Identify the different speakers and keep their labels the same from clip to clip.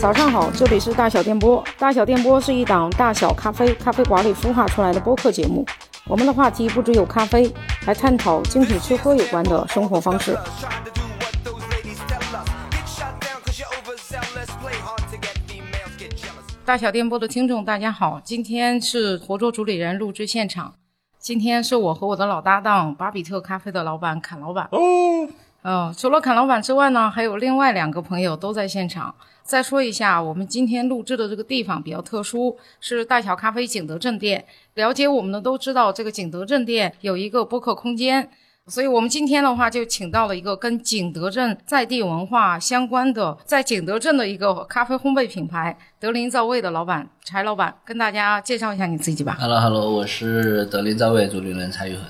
Speaker 1: 早上好，这里是大小电波。大小电波是一档大小咖啡咖啡馆里孵化出来的播客节目。我们的话题不只有咖啡，还探讨精品吃喝有关的生活方式。大小电波的听众，大家好，今天是活捉主理人录制现场。今天是我和我的老搭档巴比特咖啡的老板侃老板。
Speaker 2: 哦，
Speaker 1: 嗯，除了侃老板之外呢，还有另外两个朋友都在现场。再说一下，我们今天录制的这个地方比较特殊，是大小咖啡景德镇店。了解我们的都知道，这个景德镇店有一个播客空间，所以我们今天的话就请到了一个跟景德镇在地文化相关的，在景德镇的一个咖啡烘焙品牌德林造味的老板柴老板，跟大家介绍一下你自己吧。
Speaker 2: h e l l o h e l l o 我是德林造味主理人蔡玉恒。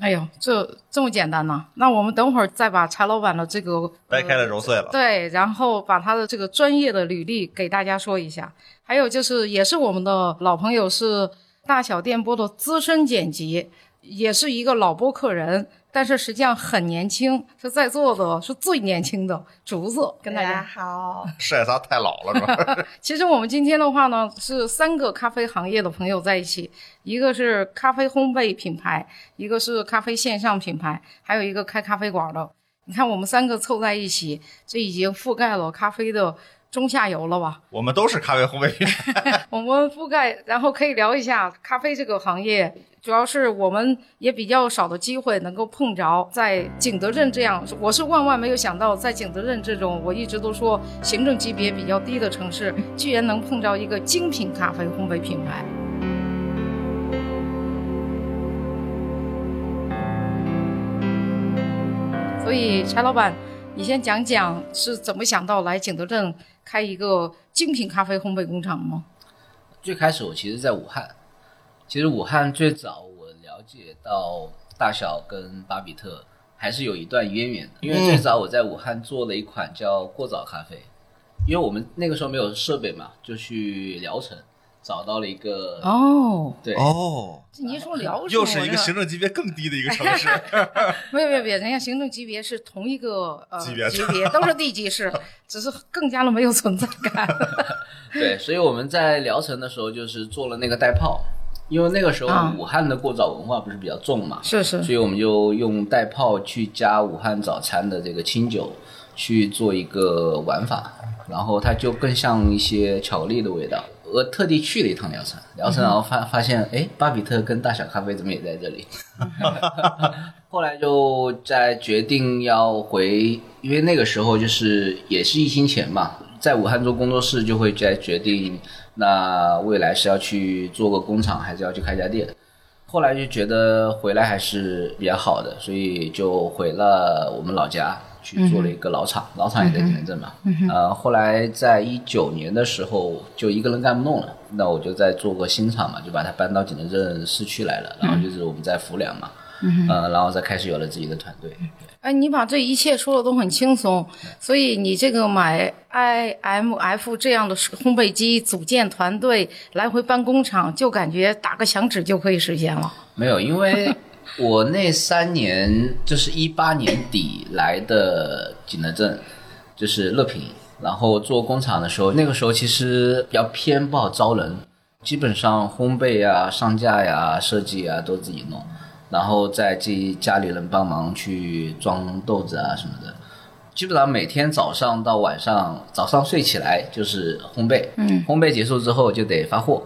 Speaker 1: 哎呦，这这么简单呢、那我们等会儿再把柴老板的这个
Speaker 3: 掰开了揉碎了。
Speaker 1: 对，然后把他的这个专业的履历给大家说一下。还有就是，也是我们的老朋友，是大小电波的资深剪辑，也是一个老播客人，但是实际上很年轻，是在座的是最年轻的竹子，跟大家
Speaker 4: 啊好，
Speaker 3: 晒仨太老了是 吧？
Speaker 1: 其实我们今天的话呢，是三个咖啡行业的朋友在一起，一个是咖啡烘焙品牌，一个是咖啡线上品牌，还有一个开咖啡馆的。你看，我们三个凑在一起，这已经覆盖了咖啡的中下游了吧？
Speaker 3: 我们都是咖啡烘焙品牌，
Speaker 1: 我们覆盖，然后可以聊一下咖啡这个行业，主要是我们也比较少的机会能够碰着在景德镇这样，我是万万没有想到，在景德镇这种我一直都说行政级别比较低的城市，居然能碰着一个精品咖啡烘焙品牌。所以柴老板，你先讲讲是怎么想到来景德镇开一个精品咖啡烘焙工厂吗？
Speaker 2: 最开始我其实在武汉，其实武汉最早我了解到大小跟巴比特还是有一段渊源的，因为最早我在武汉做了一款叫过早咖啡，因为我们那个时候没有设备嘛，就去聊城找到了一个，
Speaker 1: 哦，
Speaker 2: 对，
Speaker 3: 哦，
Speaker 1: 这你一说辽
Speaker 3: 又是一个行
Speaker 1: 政，
Speaker 3: 政级别更低的一个城市，
Speaker 1: 没有没有没有，人家行政级别是同一个呃
Speaker 3: 级别的
Speaker 1: 级别都是地级 市，只是更加的没有存在感。
Speaker 2: 对，所以我们在聊城的时候就是做了那个带泡，因为那个时候
Speaker 1: 啊
Speaker 2: 武汉的过早文化不是比较重嘛，
Speaker 1: 是是，
Speaker 2: 所以我们就用带泡去加武汉早餐的这个清酒去做一个玩法，然后它就更像一些巧克力的味道。我特地去了一趟聊城，聊
Speaker 1: 嗯
Speaker 2: 城然后发发现，哎，巴比特跟大小咖啡怎么也在这里？ 后来就在决定要回，因为那个时候就是也是疫情前嘛，在武汉做工作室就会在决定，那未来是要去做个工厂，还是要去开家店？后来就觉得回来还是比较好的，所以就回了我们老家去做了一个老厂，老厂也在景德镇嘛。呃，后来在一九年的时候就一个人干不动了，那我就再做个新厂嘛，就把它搬到景德镇市区来了。然后就是我们在浮梁嘛，呃，然后再开始有了自己的团队。
Speaker 1: 哎，你把这一切说的都很轻松，所以你这个买 IMF 这样的烘焙机，组建团队，来回搬工厂，就感觉打个响指就可以实现了。
Speaker 2: 没有，因为我那三年就是一八年底来的景德镇，就是乐平，然后做工厂的时候，那个时候其实比较偏不好招人，基本上烘焙啊、上架呀、设计啊都自己弄，然后再自己家里人帮忙去装豆子啊什么的。基本上每天早上到晚上，早上睡起来就是烘焙，嗯，烘焙结束之后就得发货，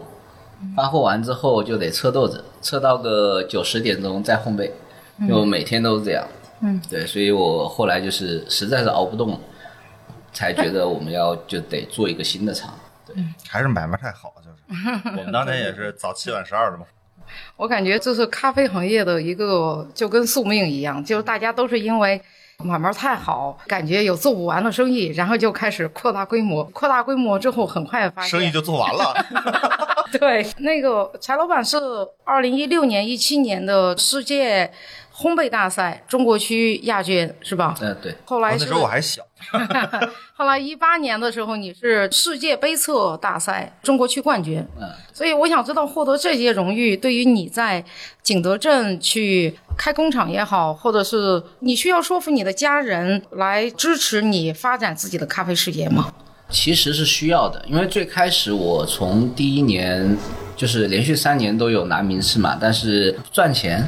Speaker 2: 发货完之后就得测豆子，测到个九十点钟再烘焙，就每天都是这样。嗯，对，所以我后来就是实在是熬不动了，才觉得我们要就得做一个新的厂。对，
Speaker 3: 还是买卖太好，就是。 我们当年也是早七晚十二的嘛，
Speaker 1: 我感觉这是咖啡行业的一个就跟宿命一样，就是大家都是因为买卖太好，感觉有做不完的生意，然后就开始扩大规模。扩大规模之后，很快 发现
Speaker 3: 生意就做 完了。
Speaker 1: 对，那个柴老板是二零一六年、一七年的世界烘焙大赛中国区亚军，是吧？
Speaker 2: 嗯、对，
Speaker 1: 后来
Speaker 3: 哦那
Speaker 1: 是
Speaker 3: 时候我还小，
Speaker 1: 后来一八年的时候，你是世界杯测大赛中国区冠军。
Speaker 2: 嗯，
Speaker 1: 所以我想知道，获得这些荣誉，对于你在景德镇去开工厂也好，或者是你需要说服你的家人来支持你发展自己的咖啡事业吗？
Speaker 2: 其实是需要的，因为最开始我从第一年就是连续三年都有拿名次嘛，但是赚钱。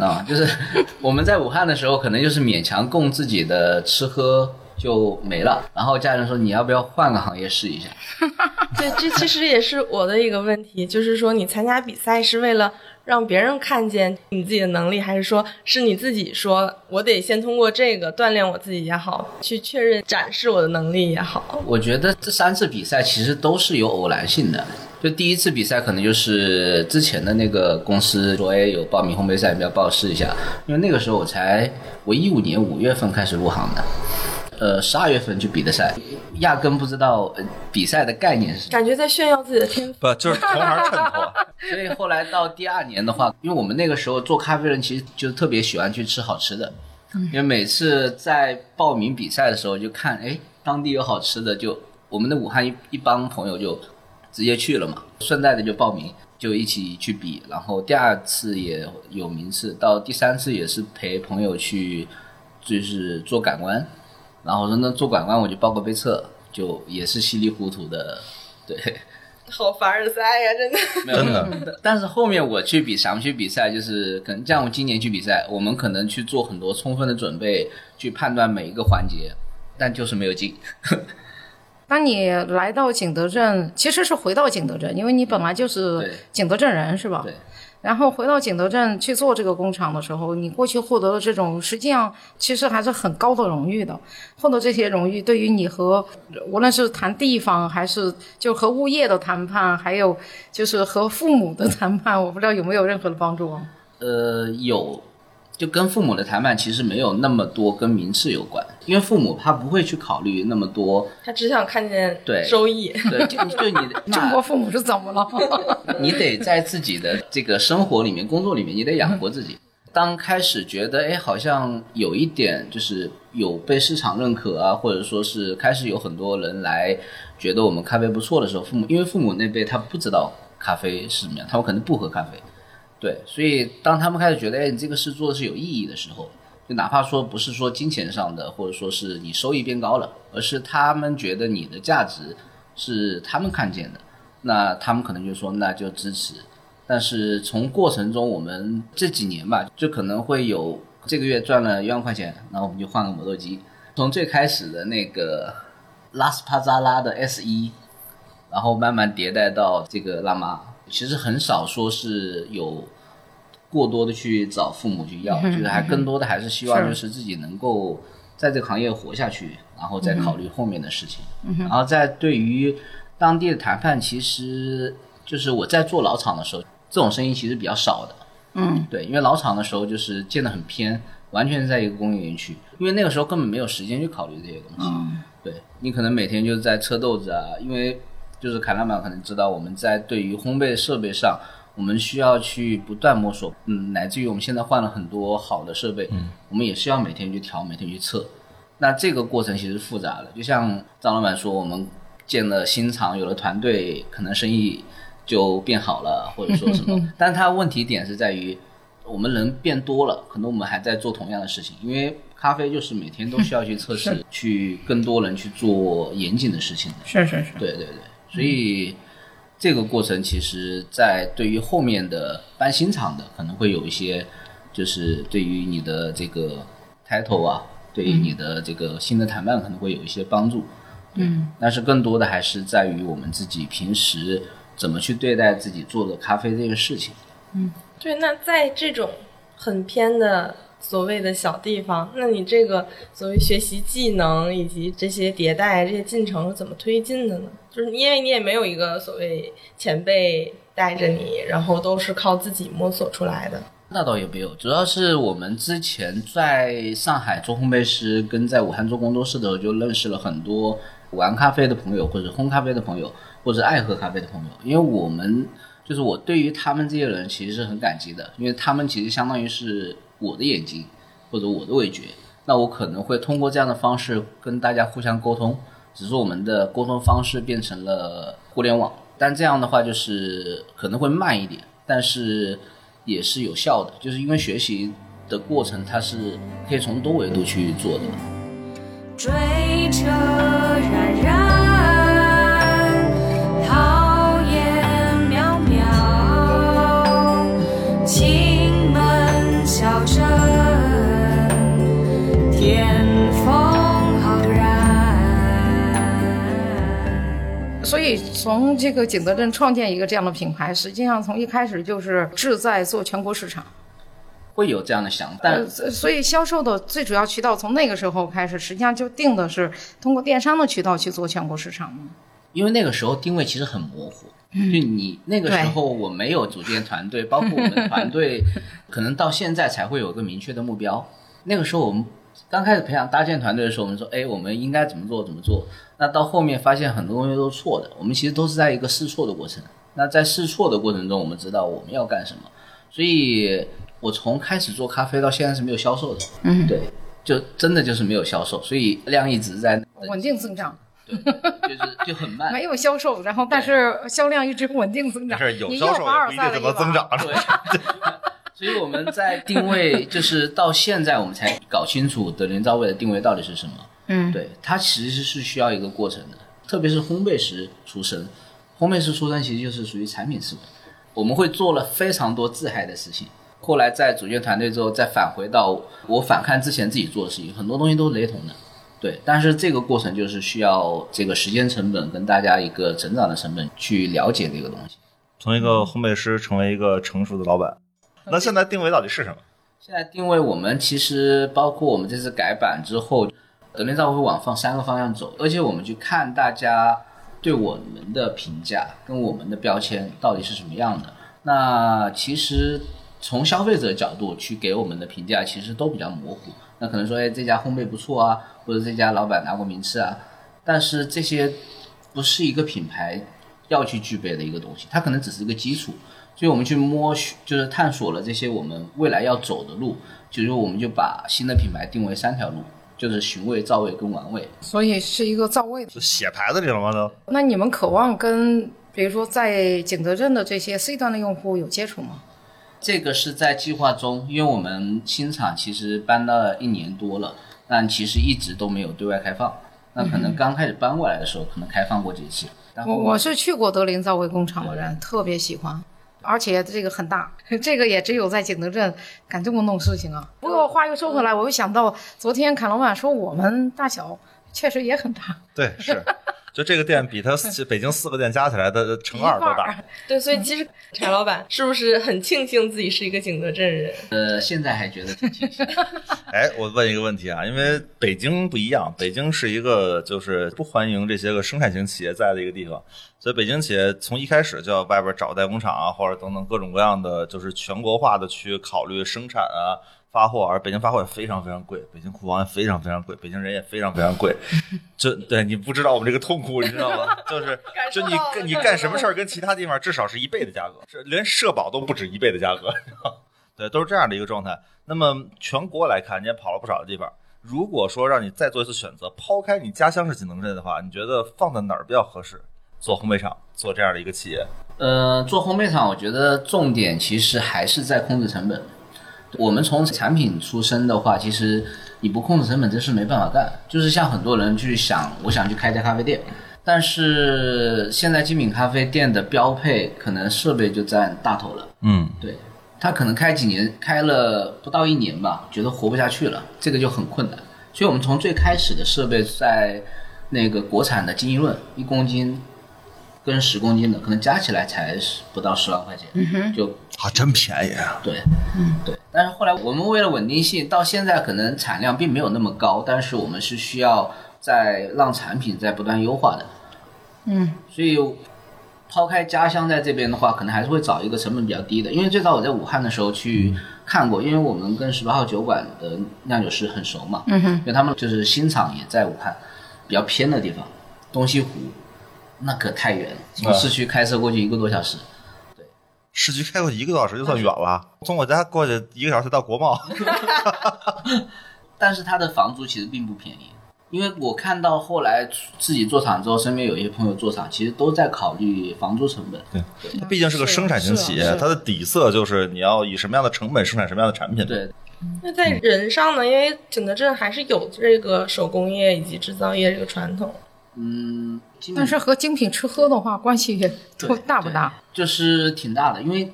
Speaker 2: 啊、就是 我们在武汉的时候，可能就是勉强供自己的吃喝就没了。然后家人说你要不要换个行业试一下？
Speaker 4: 对，这其实也是我的一个问题，就是说你参加比赛是为了让别人看见你自己的能力，还是说是你自己说我得先通过这个锻炼我自己也好，去确认展示我的能力也好？
Speaker 2: 我觉得这三次比赛其实都是有偶然性的。就第一次比赛可能就是之前的那个公司说，哎，有报名烘焙赛，要不要报试一下？因为那个时候我才我一五年五月份开始入行的，呃，十二月份去比的赛，压根不知道、呃比赛的概念是什么。
Speaker 4: 感觉在炫耀自己的天赋。
Speaker 3: 不就是同行衬 托？
Speaker 2: 所以后来到第二年的话，因为我们那个时候做咖啡人，其实就特别喜欢去吃好吃的，因为每次在报名比赛的时候，就看哎当地有好吃的就，我们的武汉一一帮朋友就直接去了嘛，顺带的就报名，就一起去比，然后第二次也有名次，到第三次也是陪朋友去就是做感官，然后我说那做感官我就报个杯测，就也是稀里糊涂的，对。
Speaker 4: 好凡尔赛呀、真的。
Speaker 2: 没有
Speaker 3: 真的
Speaker 2: 没有但是后面我去比咱们去比赛，就是可能像我今年去比赛，我们可能去做很多充分的准备，去判断每一个环节，但就是没有进。
Speaker 1: 当你来到景德镇，其实是回到景德镇，因为你本来就
Speaker 2: 对
Speaker 1: 是景德镇人，是吧？
Speaker 2: 对。
Speaker 1: 然后回到景德镇去做这个工厂的时候，你过去获得了这种，实际上其实还是很高的荣誉的。获得这些荣誉，对于你和无论是谈地方，还是就和物业的谈判，还有就是和父母的谈判，我不知道有没有任何的帮助啊。
Speaker 2: 呃，有，就跟父母的谈判其实没有那么多跟名次有关，因为父母他不会去考虑那么多。
Speaker 4: 他只想看见
Speaker 2: 对
Speaker 4: 收益。
Speaker 2: 对，就就你的
Speaker 1: 中国父母是怎么了？
Speaker 2: 你得在自己的这个生活里面、工作里面，你得养活自己。当开始觉得，哎，好像有一点就是有被市场认可啊，或者说是开始有很多人来觉得我们咖啡不错的时候，父母因为父母那辈他不知道咖啡是什么样，他们可能不喝咖啡，对，所以当他们开始觉得，哎，你这个事做的是有意义的时候，就哪怕说不是说金钱上的，或者说是你收益变高了，而是他们觉得你的价值是他们看见的，那他们可能就说那就支持。但是从过程中，我们这几年吧，就可能会有这个月赚了一万块钱，然后我们就换个磨豆机。从最开始的那个拉斯帕扎拉的 S 一，然后慢慢迭代到这个辣妈，其实很少说是有过多的去找父母去要，就是还更多的还是希望
Speaker 1: 是
Speaker 2: 就是自己能够在这个行业活下去，然后再考虑后面的事情。然后在对于当地的谈判，其实就是我在做老厂的时候，这种生意其实比较少的。
Speaker 1: 嗯，
Speaker 2: 对，因为老厂的时候就是建得很偏，完全在一个工业园区，因为那个时候根本没有时间去考虑这些东西。对你可能每天就在车豆子啊，因为就是凯拉玛可能知道我们在对于烘焙设备上，我们需要去不断摸索，嗯，乃至于我们现在换了很多好的设备，嗯，我们也是要每天去调，每天去测。那这个过程其实复杂的，就像张老板说，我们建了新厂，有了团队，可能生意就变好了，或者说什么。 但它问题点是在于，我们人变多了，可能我们还在做同样的事情，因为咖啡就是每天都需要去测试，去更多人去做严谨的事情的。
Speaker 1: 是是是。
Speaker 2: 对对对，所以这个过程其实，在对于后面的搬新厂的，可能会有一些，就是对于你的这个 title 啊，对于你的这个新的谈判，可能会有一些帮助。嗯，但是更多的还是在于我们自己平时怎么去对待自己做的咖啡这个事情。
Speaker 4: 对，那在这种很偏的所谓的小地方，那你这个所谓学习技能以及这些迭代这些进程是怎么推进的呢？就是因为你也没有一个所谓前辈带着你，然后都是靠自己摸索出来的。
Speaker 2: 那倒也没有，主要是我们之前在上海做烘焙师，跟在武汉做工作室的时候，就认识了很多玩咖啡的朋友，或者烘咖啡的朋友，或者爱喝咖啡的朋友。因为我们就是我对于他们这些人其实是很感激的，因为他们其实相当于是我的眼睛或者我的味觉，那我可能会通过这样的方式跟大家互相沟通，只是我们的沟通方式变成了互联网，但这样的话就是可能会慢一点，但是也是有效的，就是因为学习的过程它是可以从多维度去做的。
Speaker 5: 追着冉冉。
Speaker 1: 以从这个景德镇创建一个这样的品牌，实际上从一开始就是志在做全国市场。
Speaker 2: 会有这样的想法，但
Speaker 1: 呃，所所以销售的最主要渠道从那个时候开始，实际上就定的是通过电商的渠道去做全国市场嘛。
Speaker 2: 因为那个时候定位其实很模糊，
Speaker 1: 嗯
Speaker 2: 就你那个时候我没有组建团队，包括我们 团队可能到现在才会有一个明确的目标。那个时候我们刚开始培养搭建团队的时候，我们说，哎，我们应该怎么做怎么做。那到后面发现很多东西都是错的，我们其实都是在一个试错的过程。那在试错的过程中，我们知道我们要干什么。所以我从开始做咖啡到现在是没有销售的，嗯，对，就真的就是没有销售，所以量一直在，
Speaker 1: 稳定增长，
Speaker 2: 就是就很 慢。
Speaker 1: 没有销售，然后但是销量一直稳定增长。
Speaker 3: 但是有
Speaker 1: 你又
Speaker 3: 销售
Speaker 1: 凡
Speaker 3: 也
Speaker 1: 尔
Speaker 3: 不一
Speaker 1: 赛
Speaker 3: 定
Speaker 1: 了
Speaker 3: 怎
Speaker 1: 一
Speaker 3: 么
Speaker 1: 把
Speaker 3: 增长。
Speaker 2: 对，所以我们在定位，就是到现在我们才搞清楚德林造味的定位到底是什么。
Speaker 1: 嗯，
Speaker 2: 对，它其实是需要一个过程的，特别是烘焙师出身，烘焙师出身其实就是属于产品思维，我们会做了非常多自嗨的事情。后来在组建团队之后，再返回到我反看之前自己做的事情，很多东西都是雷同的。对，但是这个过程就是需要这个时间成本跟大家一个成长的成本去了解这个东西。
Speaker 3: 从一个烘焙师成为一个成熟的老板，
Speaker 1: 嗯
Speaker 3: 那现在定位到底是什么？
Speaker 2: 现在定位我们其实包括我们这次改版之后，德林照会往放三个方向走，而且我们去看大家对我们的评价跟我们的标签到底是什么样的。那其实从消费者角度去给我们的评价，其实都比较模糊。那可能说，哎，这家烘焙不错啊，或者这家老板拿过名次啊，但是这些不是一个品牌要去具备的一个东西，它可能只是一个基础。所以我们去摸寻，就是探索了这些我们未来要走的路，就是我们就把新的品牌定为三条路，就是寻味、造味跟玩味。
Speaker 1: 所以是一个造位的。
Speaker 3: 就写牌子里了吗？都
Speaker 1: 那你们渴望跟比如说在景德镇的这些 C 端的用户有接触吗？
Speaker 2: 这个是在计划中，因为我们新厂其实搬了一年多了，但其实一直都没有对外开放。那可能刚开始搬过来的时候，可能开放过几次。但
Speaker 1: 我
Speaker 2: 后
Speaker 1: 我是去过德林造味工厂的
Speaker 3: 嗯
Speaker 1: 人，特别喜欢，而且这个很大， 这个也只有在景德镇敢这么弄事情啊。不过话又说回
Speaker 3: 嗯
Speaker 1: 来，我又想到昨天侃老板说我们大小确实也很大，
Speaker 3: 对， 是，就这个店比他四北京四个店加起来的乘二都
Speaker 1: 一半
Speaker 3: 大
Speaker 1: 儿。
Speaker 4: 对，所以其实柴老板是不是很庆幸自己是一个景德镇人？
Speaker 2: 呃，现在还觉得挺新鲜。
Speaker 3: 哎，我问一个问题啊，因为北京不一样，北京是一个就是不欢迎这些个生产型企业在的一个地方，所以北京企业从一开始就要外边找代工厂啊，或者等等各种各样的，就是全国化的去考虑生产啊。发货，而北京发货也非常非常贵，北京库房也非常非常贵，北京人也非常非常贵。就对你不知道我们这个痛苦，你知道吗？就是
Speaker 4: 感
Speaker 3: 就
Speaker 4: 受到
Speaker 3: 你
Speaker 4: 了
Speaker 3: 跟你
Speaker 4: 感受
Speaker 3: 干什
Speaker 4: 到
Speaker 3: 么事儿，跟其他地方至少是一倍的价格，这连社保都不止一倍的价格，你知道吗对，都是这样的一个状态。那么全国来看，你也跑了不少的地方。如果说让你再做一次选择，抛开你家乡是景德镇的话，你觉得放在哪儿比较合适？做烘焙厂，做这样的一个企业，
Speaker 2: 呃，做烘焙厂，我觉得重点其实还是在控制成本。我们从产品出身的话，其实你不控制成本，这事没办法干。就是像很多人去想，我想去开一家咖啡店，但是现在精品咖啡店的标配，可能设备就占大头了。
Speaker 3: 嗯，
Speaker 2: 对他可能开几年，开了不到一年吧，觉得活不下去了，这个就很困难。所以我们从最开始的设备，在那个国产的精英论一公斤跟十公斤的，可能加起来才是不到十万块钱，就
Speaker 3: 啊，真便宜啊！
Speaker 2: 对，对。但是后来我们为了稳定性，到现在可能产量并没有那么高，但是我们是需要在让产品在不断优化的。
Speaker 1: 嗯，
Speaker 2: 所以抛开家乡在这边的话，可能还是会找一个成本比较低的。因为最早我在武汉的时候去看过，因为我们跟十八号酒馆的酿酒师很熟嘛，嗯哼，因为他们就是新厂也在武汉，比较偏的地方，东西湖，那可太远了，从市区开车过去一个多小时。
Speaker 3: 市区开过去一个多小时就算远 了，从我家过去一个小时到国贸，
Speaker 2: 但是它的房租其实并不便宜，因为我看到后来自己做厂之后，身边有一些朋友做厂，其实都在考虑房租成本。
Speaker 3: 它毕竟是个生产型企
Speaker 1: 是啊
Speaker 3: 业，
Speaker 1: 是啊
Speaker 3: 它的底色就是你要以什么样的成本生产什么样的产品。，
Speaker 2: 对，
Speaker 4: 那在人上呢？因为景德镇还是有这个手工业以及制造业这个传统。
Speaker 2: 嗯，基本
Speaker 1: 但是和精品吃喝的话关系也
Speaker 2: 对
Speaker 1: 都大不大？嗯
Speaker 2: 就是挺大的，因为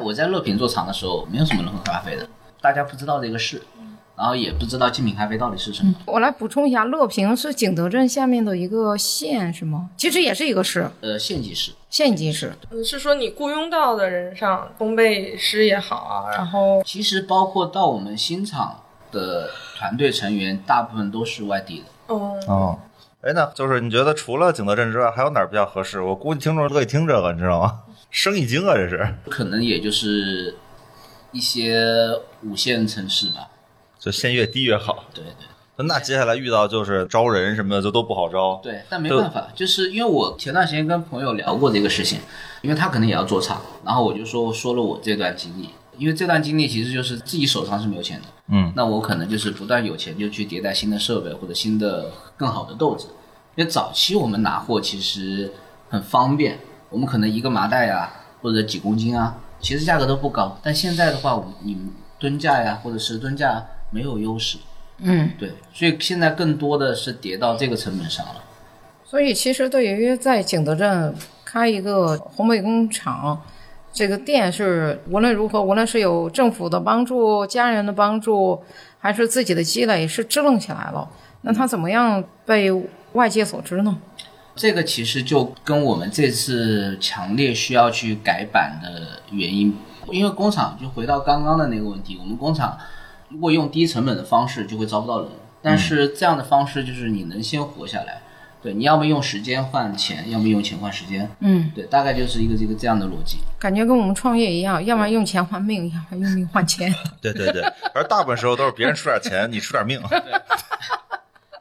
Speaker 2: 我在乐平做厂的时候，没有什么人喝咖啡的，大家不知道这个事。然后也不知道精品咖啡到底是什么。
Speaker 1: 我来补充一下，乐平是景德镇下面的一个县，是吗？其实也是一个市，
Speaker 2: 呃，县级市，
Speaker 1: 县级市。
Speaker 4: 嗯，是说你雇佣到的人上，烘焙师也好啊，然后
Speaker 2: 其实包括到我们新厂的团队成员，大部分都是外地的。
Speaker 4: 嗯，
Speaker 3: 哦，哎，那就是你觉得除了景德镇之外，还有哪儿比较合适？我估计听众乐意听这个，你知道吗？生意经啊，这是
Speaker 2: 可能也就是一些五线城市吧。
Speaker 3: 就线越低越好。
Speaker 2: 对对
Speaker 3: 那接下来遇到就是招人什么的就都不好招。
Speaker 2: 对，但没办法，就是因为我前段时间跟朋友聊过这个事情，因为他可能也要做厂，然后我就说说了我这段经历，因为这段经历其实就是自己手上是没有钱的，
Speaker 3: 嗯，
Speaker 2: 那我可能就是不断有钱就去迭代新的设备或者新的更好的豆子，因为早期我们拿货其实很方便，我们可能一个麻袋呀、或者几公斤啊，其实价格都不高，但现在的话，我们你吨价呀或者是吨价没有优势，
Speaker 1: 嗯，
Speaker 2: 对，所以现在更多的是叠到这个成本上了。
Speaker 1: 所以其实对于在景德镇开一个烘焙工厂，这个店是无论如何，无论是有政府的帮助、家人的帮助，还是自己的积累，是支棱起来了。那它怎么样被外界所知呢？
Speaker 2: 这个其实就跟我们这次强烈需要去改版的原因，因为工厂就回到刚刚的那个问题，我们工厂如果用低成本的方式就会招不到人，但是这样的方式就是你能先活下来，对，你要么用时间换钱，要么用钱换时间，
Speaker 1: 嗯，
Speaker 2: 对，大概就是一个这个这样的逻辑。
Speaker 1: 感觉跟我们创业一样，要么用钱换命，要么用命换钱。
Speaker 3: 对对对，而大部分时候都是别人出点钱，你出点命。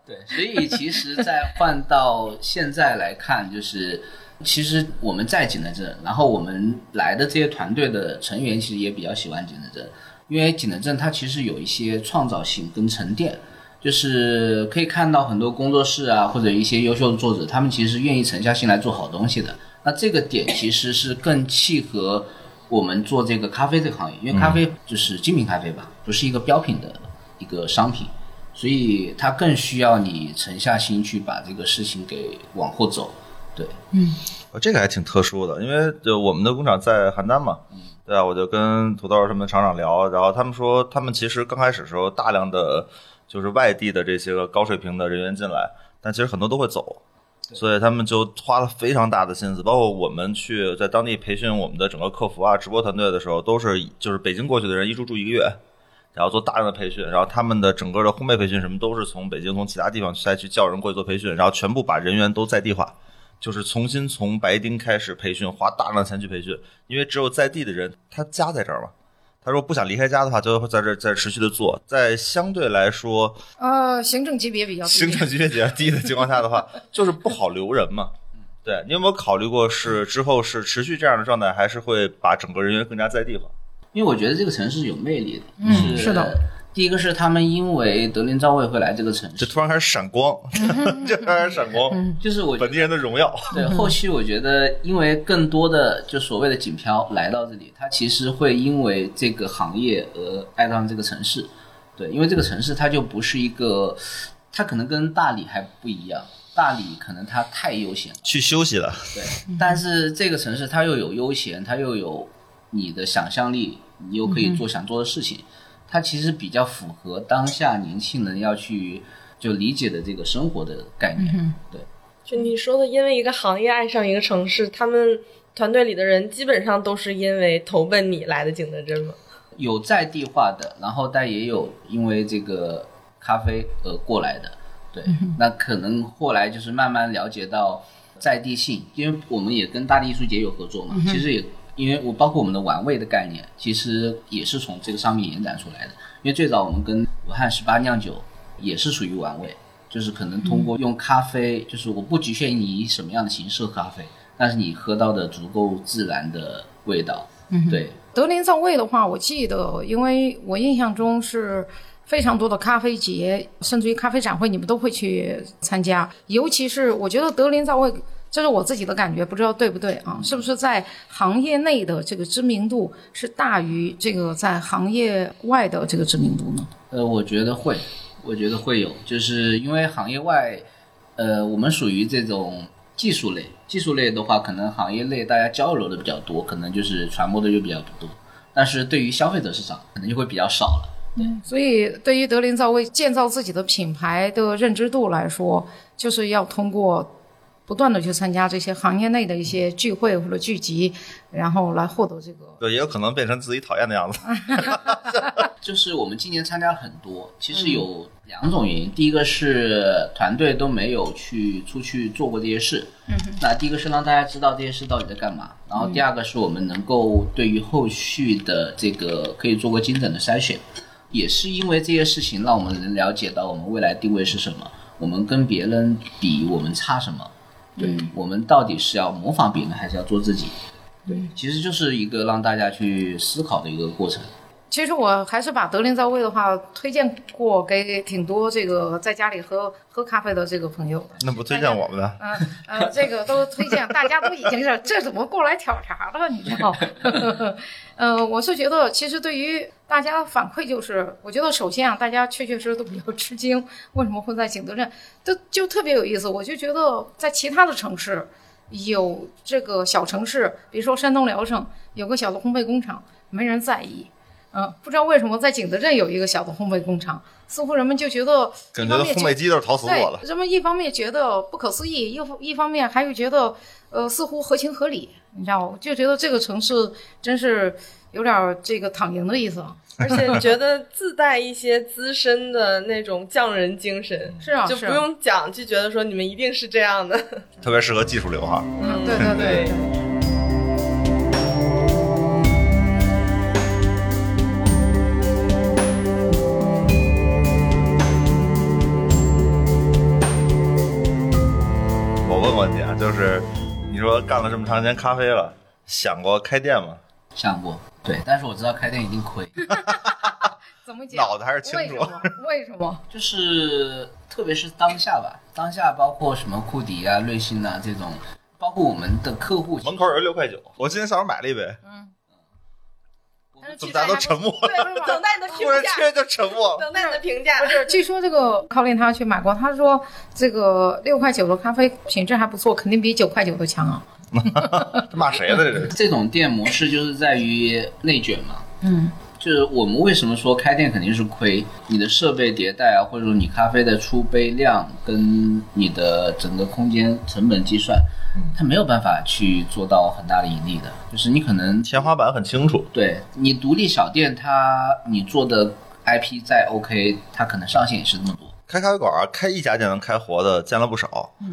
Speaker 2: 对，所以其实，在换到现在来看，就是其实我们在景德镇，然后我们来的这些团队的成员其实也比较喜欢景德镇，因为景德镇它其实有一些创造性跟沉淀，就是可以看到很多工作室啊，或者一些优秀的作者，他们其实愿意沉下心来做好东西的。那这个点其实是更契合我们做这个咖啡这个行业，因为咖啡就是精品咖啡吧，不是一个标品的一个商品。所以它更需要你沉下心去把这个事情给往后走。对，
Speaker 3: 呃这个还挺特殊的，因为就我们的工厂在邯郸嘛，对啊，我就跟土豆他们厂长聊，然后他们说，他们其实刚开始时候大量的就是外地的这些个高水平的人员进来，但其实很多都会走，所以他们就花了非常大的心思，包括我们去在当地培训我们的整个客服啊、直播团队的时候，都是就是北京过去的人一住住一个月。然后做大量的培训，然后他们的整个的烘焙培训什么都是从北京从其他地方再去叫人过去做培训，然后全部把人员都在地化，就是重新从白丁开始培训，花大量钱去培训，因为只有在地的人，他家在这儿嘛。他说不想离开家的话，就会在这儿再持续的做。在相对来说
Speaker 1: 呃，行政级别比较低，
Speaker 3: 行政级别比较低的情况下的 话，就是不好留人嘛。
Speaker 1: 嗯
Speaker 3: 对你有没有考虑过是之后是持续这样的状态，还是会把整个人员更加在地化？
Speaker 2: 因为我觉得这个城市有魅力的。
Speaker 1: 嗯
Speaker 2: 就是
Speaker 1: 的。
Speaker 2: 第一个是他们因为德林照会会来这个城
Speaker 3: 就
Speaker 2: 市，
Speaker 3: 突然开始 闪光，就突然开始闪
Speaker 1: 嗯
Speaker 3: 光，
Speaker 2: 就是我觉
Speaker 3: 本
Speaker 2: 得
Speaker 3: 地人的荣耀。
Speaker 2: 对后续我觉得，因为更多的就所谓的锦漂来到这里，他其实会因为这个行业而爱上这个城市。对，因为这个城市它就不是一个，它可能跟大理还不一样，大理可能它太悠闲了。
Speaker 3: 去休息了，
Speaker 2: 对，但是这个城市它又有悠闲，它又有你的想象力，你又可以做想做的事情，它其实比较符合当下年轻人要去就理解的这个生活的概念。对，
Speaker 4: 就你说的，因为一个行业爱上一个城市，他们团队里的人基本上都是因为投奔你来的景德镇 嘛。
Speaker 2: 有在地化的，然后但也有因为这个咖啡而过来的。对，那可能后来就是慢慢了解到在地性，因为我们也跟大地艺术节有合作嘛，其实也因为我包括我们的玩味的概念，其实也是从这个上面延展出来的。因为最早我们跟武汉十八酿酒也是属于玩味，就是可能通过用咖啡，就是我不局限于你以什么样的形式喝咖啡，但是你喝到的足够自然的味道。对，
Speaker 1: 德林造味的话，我记得，因为我印象中是非常多的咖啡节，甚至于咖啡展会，你们都会去参加。尤其是我觉得德林造味，这是我自己的感觉，不知道对不对啊？是不是在行业内的这个知名度是大于这个在行业外的这个知名度呢？
Speaker 2: 呃，我觉得会，我觉得会有，就是因为行业外，呃，我们属于这种技术类，技术类的话，可能行业内大家交流的比较多，可能就是传播的就比较多，但是对于消费者市场，可能就会比较少了。
Speaker 1: 所以，对于德林造味建造自己的品牌的认知度来说，就是要通过不断的去参加这些行业内的一些聚会或者聚集，然后来获得这个。
Speaker 3: 对，也有可能变成自己讨厌的样子。
Speaker 1: 啊
Speaker 2: 就是我们今年参加了很多，其实有两种原因。第一个是团队都没有去出去做过这些事，嗯、那第一个是让大家知道这些事到底在干嘛。然后第二个是我们能够对于后续的这个可以做过精准的筛选，也是因为这些事情让我们能了解到我们未来定位是什么，我们跟别人比我们差什么，对、我们到底是要模仿别人还是要做自己。对，其实就是一个让大家去思考的一个过程。
Speaker 1: 其实我还是把德林造味的话推荐过给挺多这个在家里喝喝咖啡的这个朋友的。
Speaker 3: 那不推荐我们的，
Speaker 1: 嗯呃，这个都推荐，大家都已经是这怎么过来挑茬了？你知道？ 呃，我是觉得，其实对于大家的反馈就是，我觉得首先啊，大家确确实实都比较吃惊，为什么会在景德镇？都就特别有意思，我就觉得在其他的城市有这个小城市，比如说山东聊城有个小的烘焙工厂，没人在意。嗯，不知道为什么在景德镇有一个小的烘焙工厂，似乎人们就觉得
Speaker 3: 感觉烘焙机都是陶瓷
Speaker 1: 对
Speaker 3: 做的，。
Speaker 1: 人们一方面觉得不可思议，一一方面还有觉得呃似乎合情合理，你知道吗？就觉得这个城市真是有点儿这个躺赢的意思啊。
Speaker 4: 而且觉得自带一些资深的那种匠人精神，
Speaker 1: 是啊，
Speaker 4: 就是不
Speaker 1: 啊
Speaker 4: 用讲，就觉得说你们一定是这样的。
Speaker 3: 特别适合技术流哈。
Speaker 1: 嗯，对对对。对
Speaker 3: 我问问你啊，就是你说干了这么长时间咖啡了，想过开店吗？
Speaker 2: 想过，对，但是我知道开店一定亏，
Speaker 1: 怎么讲？
Speaker 3: 脑子还是清楚
Speaker 1: 为什么？为什 么？
Speaker 2: 就是特别是当下吧，当下包括什么库迪啊、瑞幸啊这种，包括我们的客户，
Speaker 3: 门口有人六块九，我今天下午买了一杯，
Speaker 1: 但是
Speaker 3: 怎
Speaker 1: 据说
Speaker 3: 么大家都
Speaker 1: 还不
Speaker 3: 沉默
Speaker 1: 对，
Speaker 3: 了？
Speaker 1: 为什么
Speaker 4: 等待你的评
Speaker 3: 突然
Speaker 4: 价，
Speaker 3: 间就沉默了。
Speaker 4: 等待你的评价
Speaker 1: 不。是，据说这个靠练他去买过，他说这个六块九的咖啡品质还不错，肯定比九块九的强啊。
Speaker 3: 这骂谁呢？这是
Speaker 2: 这种店模式就是在于内卷嘛。
Speaker 1: 嗯，
Speaker 2: 就是我们为什么说开店肯定是亏？你的设备迭代啊，或者说你咖啡的出杯量跟你的整个空间成本计算，它没有办法去做到很大的盈利的。就是你可能
Speaker 3: 天花板很清楚，
Speaker 2: 对你独立小店它，你做的 IP 再 OK，它可能上限也是这么多。
Speaker 3: 开咖啡馆儿开一家店能开活的见了不少，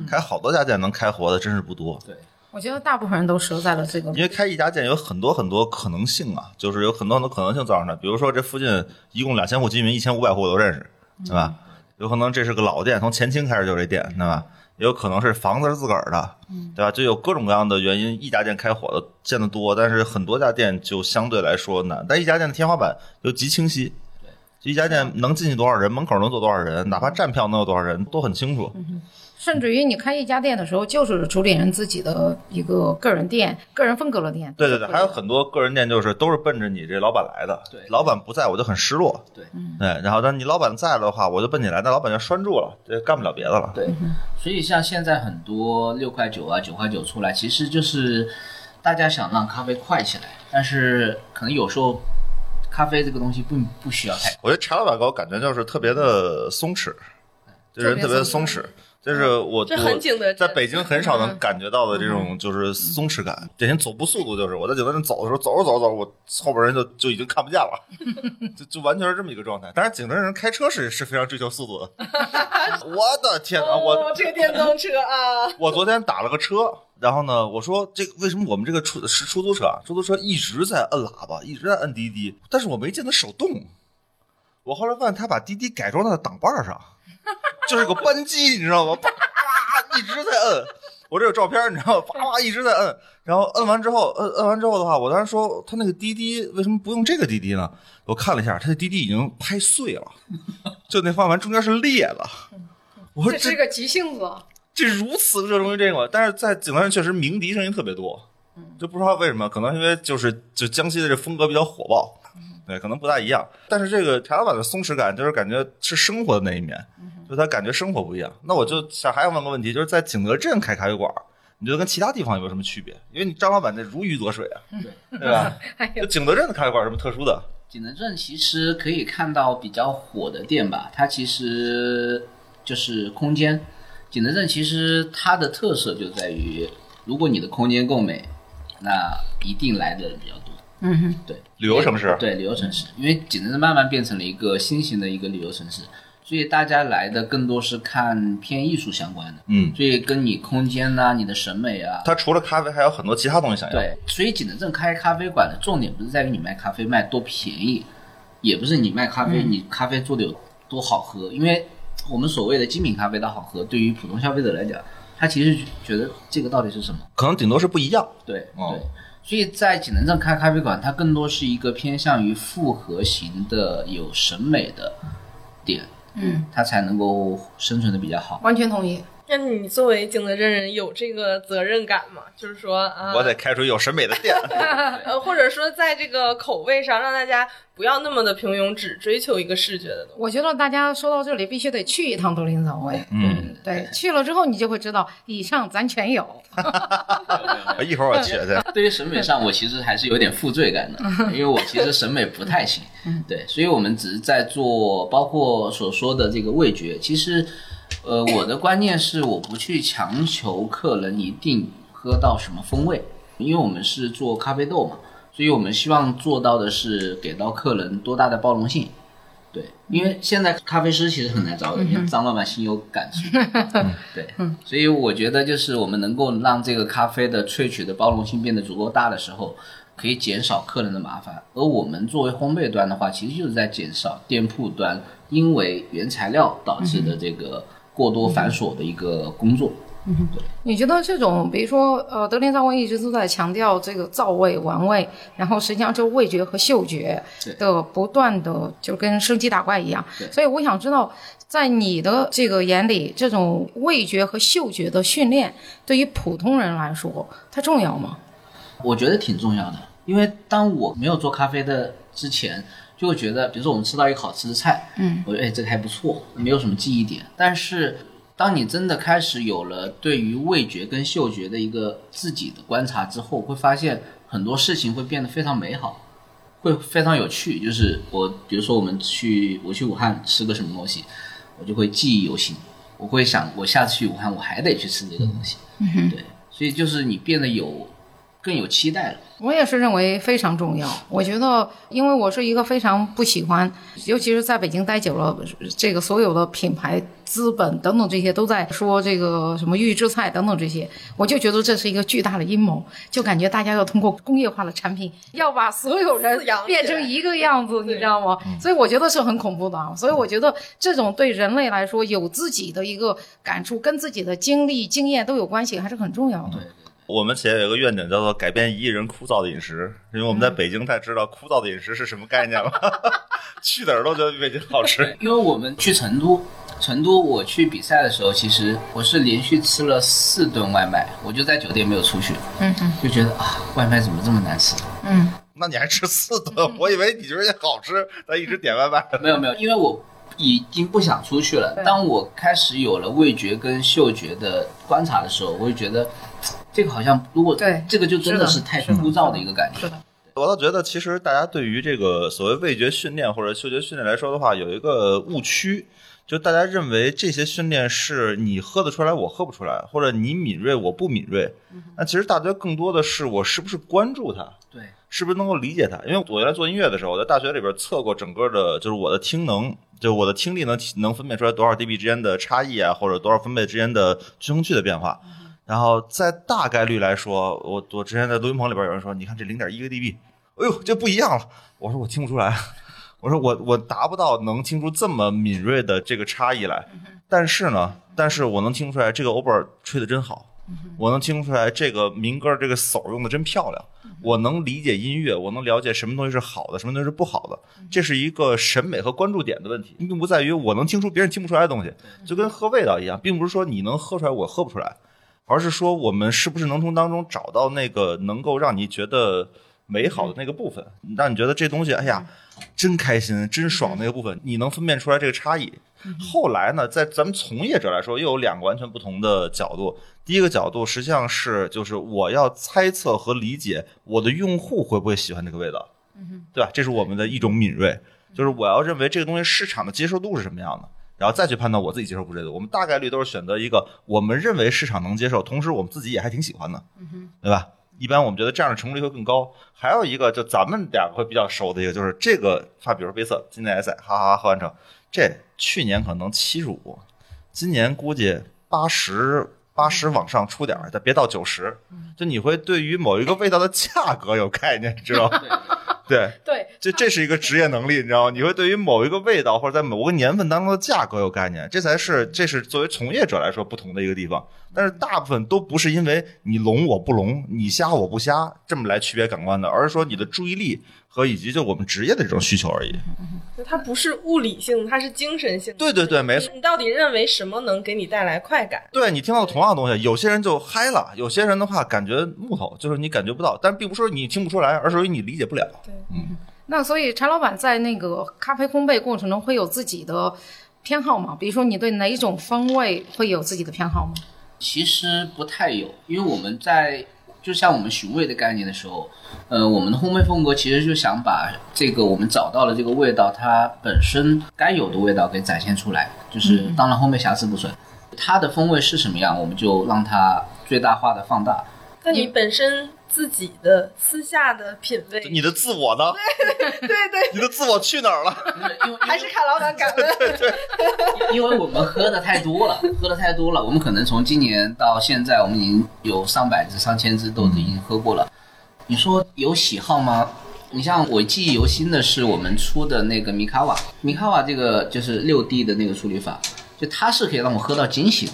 Speaker 3: 开好多家店能开活的真是不多。
Speaker 2: 对，
Speaker 1: 我觉得大部分人都折在了这个
Speaker 3: 因为开一家店有很多很多可能性啊，就是有很多很多可能性造成的。比如说这附近一共两千户居民，一千五百户我都认识，对吧？有可能这是个老店，从前清开始就这店，对吧？也有可能是房子是自个儿的，对吧？就有各种各样的原因，一家店开火的见得多，但是很多家店就相对来说难。但一家店的天花板又极清晰，就一家店能进去多少人，门口能坐多少人，哪怕站票能有多少人，都很清楚。
Speaker 1: 甚至于你开一家店的时候，就是主理人自己的一个个人店、个人风格的店。
Speaker 3: 对对对，还有很多个人店就是都是奔着你这老板来的，
Speaker 2: 对
Speaker 3: 老板不在我就很失落，
Speaker 2: 对
Speaker 3: 对，哎然后但你老板在了的话，我就奔你来，但老板就拴住了，这干不了别的了。
Speaker 2: 对，所以像现在很多六块九啊、九块九出来，其实就是大家想让咖啡快起来，但是可能有时候咖啡这个东西并不需要太
Speaker 3: 我觉得茶老板给我感觉就是特别的松弛，这人特别的松弛，就是我
Speaker 4: 这很景德
Speaker 3: 在
Speaker 4: 镇
Speaker 3: 北京很少能感觉到的这种就是松弛感。典型走步速度就是我在景德镇走的时候，走着走着走着，我后边人就就已经看不见了，就就完全是这么一个状态。当然，景德镇人开车是是非常追求速度的。我的天哪，我
Speaker 4: 哦，这个电动车啊，
Speaker 3: 我昨天打了个车，然后呢，我说这个为什么我们这个出是出租车，啊？出租车一直在摁喇叭，一直在摁滴滴，但是我没见它手动。我后来发现他把滴滴改装到了挡把儿上， 就是个扳机，你知道吗？啪啪一直在摁。我这有照片，你知道吗？啪啪一直在摁，然后摁完之后，摁摁完之后的话，我当时说他那个滴滴为什么不用这个滴滴呢？我看了一下，他的滴滴已经拍碎了，就那方向盘中间是裂的。我说
Speaker 1: 这是个急性子，
Speaker 3: 这如此热衷于这个，但是在景德镇确实鸣笛声音特别多，就不知道为什么，可能因为就是就江西的这风格比较火爆，对，可能不大一样。但是这个茶老板的松弛感，就是感觉是生活的那一面，就他感觉生活不一样。那我就想还想问个问题，就是在景德镇开咖啡馆，你觉得跟其他地方有没有什么区别？因为你张老板那如鱼得水啊，对吧？
Speaker 1: 哎
Speaker 3: 就
Speaker 1: 呦，
Speaker 3: 景德镇的咖啡馆有什么特殊的？
Speaker 2: 景德镇其实可以看到比较火的店吧，它其实就是空间。景德镇其实它的特色就在于，如果你的空间够美，那一定来的人比较多。
Speaker 1: 嗯哼，
Speaker 2: 对，
Speaker 3: 旅游城市
Speaker 2: 对旅游城市，因为景德镇慢慢变成了一个新型的一个旅游城市，所以大家来的更多是看偏艺术相关的，
Speaker 3: 嗯，
Speaker 2: 所以跟你空间呐、你的审美啊，
Speaker 3: 它除了咖啡，还有很多其他东西想要。
Speaker 2: 对，所以景德镇开咖啡馆的重点不是在于你卖咖啡卖多便宜，也不是你卖咖
Speaker 3: 嗯
Speaker 2: 啡、你咖啡做的有多好喝，因为我们所谓的精品咖啡的好喝，对于普通消费者来讲，他其实觉得这个到底是什么？
Speaker 3: 可能顶多是不一样。
Speaker 2: 对、
Speaker 3: 哦
Speaker 2: 对，所以在景德镇开咖啡馆，它更多是一个偏向于复合型的、有审美的点，
Speaker 1: 嗯，
Speaker 2: 它才能够生存的比较好。
Speaker 1: 完全同意。
Speaker 4: 那你作为景德镇人有这个责任感吗？就是说啊，
Speaker 3: 我得开出有审美的店，
Speaker 4: 呃，或者说在这个口味上，让大家不要那么的平庸，只追求一个视觉的东西。
Speaker 1: 我觉得大家说到这里，必须得去一趟都灵早味。
Speaker 3: 嗯，
Speaker 1: 哎对，去了之后你就会知道，以上咱全有。
Speaker 3: 啊一会儿我去去。
Speaker 2: 对于审美上，我其实还是有点负罪感的，因为我其实审美不太行。对，所以我们只是在做，包括所说的这个味觉。其实，呃，我的观念是，我不去强求客人一定喝到什么风味，因为我们是做咖啡豆嘛，所以我们希望做到的是给到客人多大的包容性。对，因为现在咖啡师其实很难找人，因为张老板心有感触。对，所以我觉得就是我们能够让这个咖啡的萃取的包容性变得足够大的时候，可以减少客人的麻烦。而我们作为烘焙端的话，其实就是在减少店铺端因为原材料导致的这个过多繁琐的一个工作。
Speaker 1: 你觉得这种，比如说，呃，德林造味一直都在强调这个造味、玩味，然后实际上就是味觉和嗅觉
Speaker 2: 对
Speaker 1: 的不断的，就跟升级打怪一样
Speaker 2: 对。
Speaker 1: 所以我想知道，在你的这个眼里，这种味觉和嗅觉的训练，对于普通人来说，它重要吗？
Speaker 2: 我觉得挺重要的，因为当我没有做咖啡的之前，就会觉得，比如说我们吃到一个好吃的菜，
Speaker 1: 嗯，
Speaker 2: 我觉得哎这个还不错，没有什么记忆点。但是当你真的开始有了对于味觉跟嗅觉的一个自己的观察之后，会发现很多事情会变得非常美好。会非常有趣，就是我，比如说我们去我去武汉吃个什么东西，我就会记忆犹新，我会想我下次去武汉我还得去吃这个东西，对，所以就是你变得有更有期待了。
Speaker 1: 我也是认为非常重要。我觉得，因为我是一个非常不喜欢，尤其是在北京待久了，这个所有的品牌、资本等等这些都在说这个什么预制菜等等这些，我就觉得这是一个巨大的阴谋，就感觉大家要通过工业化的产品，要把所有人
Speaker 4: 饲养起来
Speaker 1: 变成一个样子，你知道吗？所以我觉得是很恐怖的啊。所以我觉得这种对人类来说有自己的一个感触，跟自己的经历、经验都有关系，还是很重要的。
Speaker 3: 我们企业有一个愿景叫做改变一亿人枯燥的饮食，因为我们在北京才知道枯燥的饮食是什么概念了。 去哪儿都觉得北京好吃。
Speaker 2: 因为我们去成都，成都我去比赛的时候，其实我是连续吃了四顿外卖，我就在酒店没有出去，
Speaker 1: 嗯嗯
Speaker 2: 就觉得啊，外卖怎么这么难吃？
Speaker 1: 嗯
Speaker 3: 那你还吃四顿？我以为你觉得好吃，咱一直点外卖。
Speaker 2: 没有没有，因为我已经不想出去了
Speaker 1: 对。
Speaker 2: 当我开始有了味觉跟嗅觉的观察的时候，我会觉得这个好像如果
Speaker 1: 对
Speaker 2: 这个就真的
Speaker 1: 是
Speaker 2: 是
Speaker 1: 的
Speaker 2: 太
Speaker 1: 是的
Speaker 2: 枯燥的一个感觉。
Speaker 1: 是的，
Speaker 3: 我倒觉得，其实大家对于这个所谓味觉训练或者嗅觉训练来说的话，有一个误区，就大家认为这些训练是你喝得出来，我喝不出来，或者你敏锐，我不敏锐。那其实大家更多的是我是不是关注它，
Speaker 2: 对，
Speaker 3: 是不是能够理解它？因为我原来做音乐的时候，我在大学里边测过整个的，就是我的听能，就是我的听力能能分辨出来多少 dB 之间的差异啊，或者多少分贝之间的均衡区的变化。然后在大概率来说，我我之前在录音棚里边有人说，你看这零点一个 dB，哎呦，这不一样了。我说我听不出来， 我说我我达不到能听出这么敏锐的这个差异来。但是呢，但是我能听出来这个 Ober 吹的真好，我能听出来这个民歌这个手用的真漂亮，我能理解音乐，我能了解什么东西是好的，什么东西是不好的，这是一个审美和关注点的问题，并不在于我能听出别人听不出来的东西，就跟喝味道一样，并不是说你能喝出来我喝不出来，而是说我们是不是能从当中找到那个能够让你觉得美好的那个部分，让你觉得这东西，哎呀，真开心，真爽那个部分，你能分辨出来这个差异。后来呢，在咱们从业者来说，又有两个完全不同的角度。第一个角度实际上是，就是我要猜测和理解我的用户会不会喜欢这个味道。对吧？这是我们的一种敏锐，就是我要认为这个东西市场的接受度是什么样的，然后再去判断我自己接受不接受。我们大概率都是选择一个我们认为市场能接受，同时我们自己也还挺喜欢的，对吧？一般我们觉得这样的成功率会更高。还有一个，就咱们俩会比较熟的一个，就是这个发，比如说贝瑟，今年 S，哈哈哈，喝完成，这去年可能七十五，今年估计八十八十往上出点儿，但别到九十。就你会对于某一个味道的价格有概念，你知道吗？ 对，
Speaker 1: 对，
Speaker 3: 这这是一个职业能力，你知道吗？你会对于某一个味道或者在某个年份当中的价格有概念，这才是这是作为从业者来说不同的一个地方。但是大部分都不是因为你聋我不聋，你瞎我不瞎这么来区别感官的，而是说你的注意力和以及就我们职业的这种需求而已。
Speaker 4: 它不是物理性的，它是精神性的。
Speaker 3: 对对对，没错。
Speaker 4: 你到底认为什么能给你带来快感？
Speaker 3: 对你听到同样的东西，有些人就嗨了，有些人的话感觉木头，就是你感觉不到，但并不是说你听不出来，而是说你理解不了。
Speaker 1: 那所以柴老板在那个咖啡烘焙过程中会有自己的偏好吗？比如说你对哪一种风味会有自己的偏好吗？
Speaker 2: 其实不太有，因为我们在就像我们寻味的概念的时候，呃，我们的烘焙风格其实就想把这个我们找到的这个味道，它本身该有的味道给展现出来。就是
Speaker 4: 嗯
Speaker 2: 当然烘焙瑕疵不损，它的风味是什么样，我们就让它最大化的放大。
Speaker 4: 那你本身自己的私下的品味，
Speaker 3: 你的自我呢？
Speaker 4: 对对，
Speaker 3: 你的自我去哪儿了？
Speaker 2: 因为因为
Speaker 4: 还是看老板敢 问。
Speaker 2: 因为我们喝的太多了，喝的太多了，我们可能从今年到现在，我们已经有上百支、上千支豆子已经喝过了。你说有喜好吗？你像我记忆犹新的是我们出的那个米卡瓦，米卡瓦这个就是六 D 的那个处理法，就它是可以让我喝到惊喜的，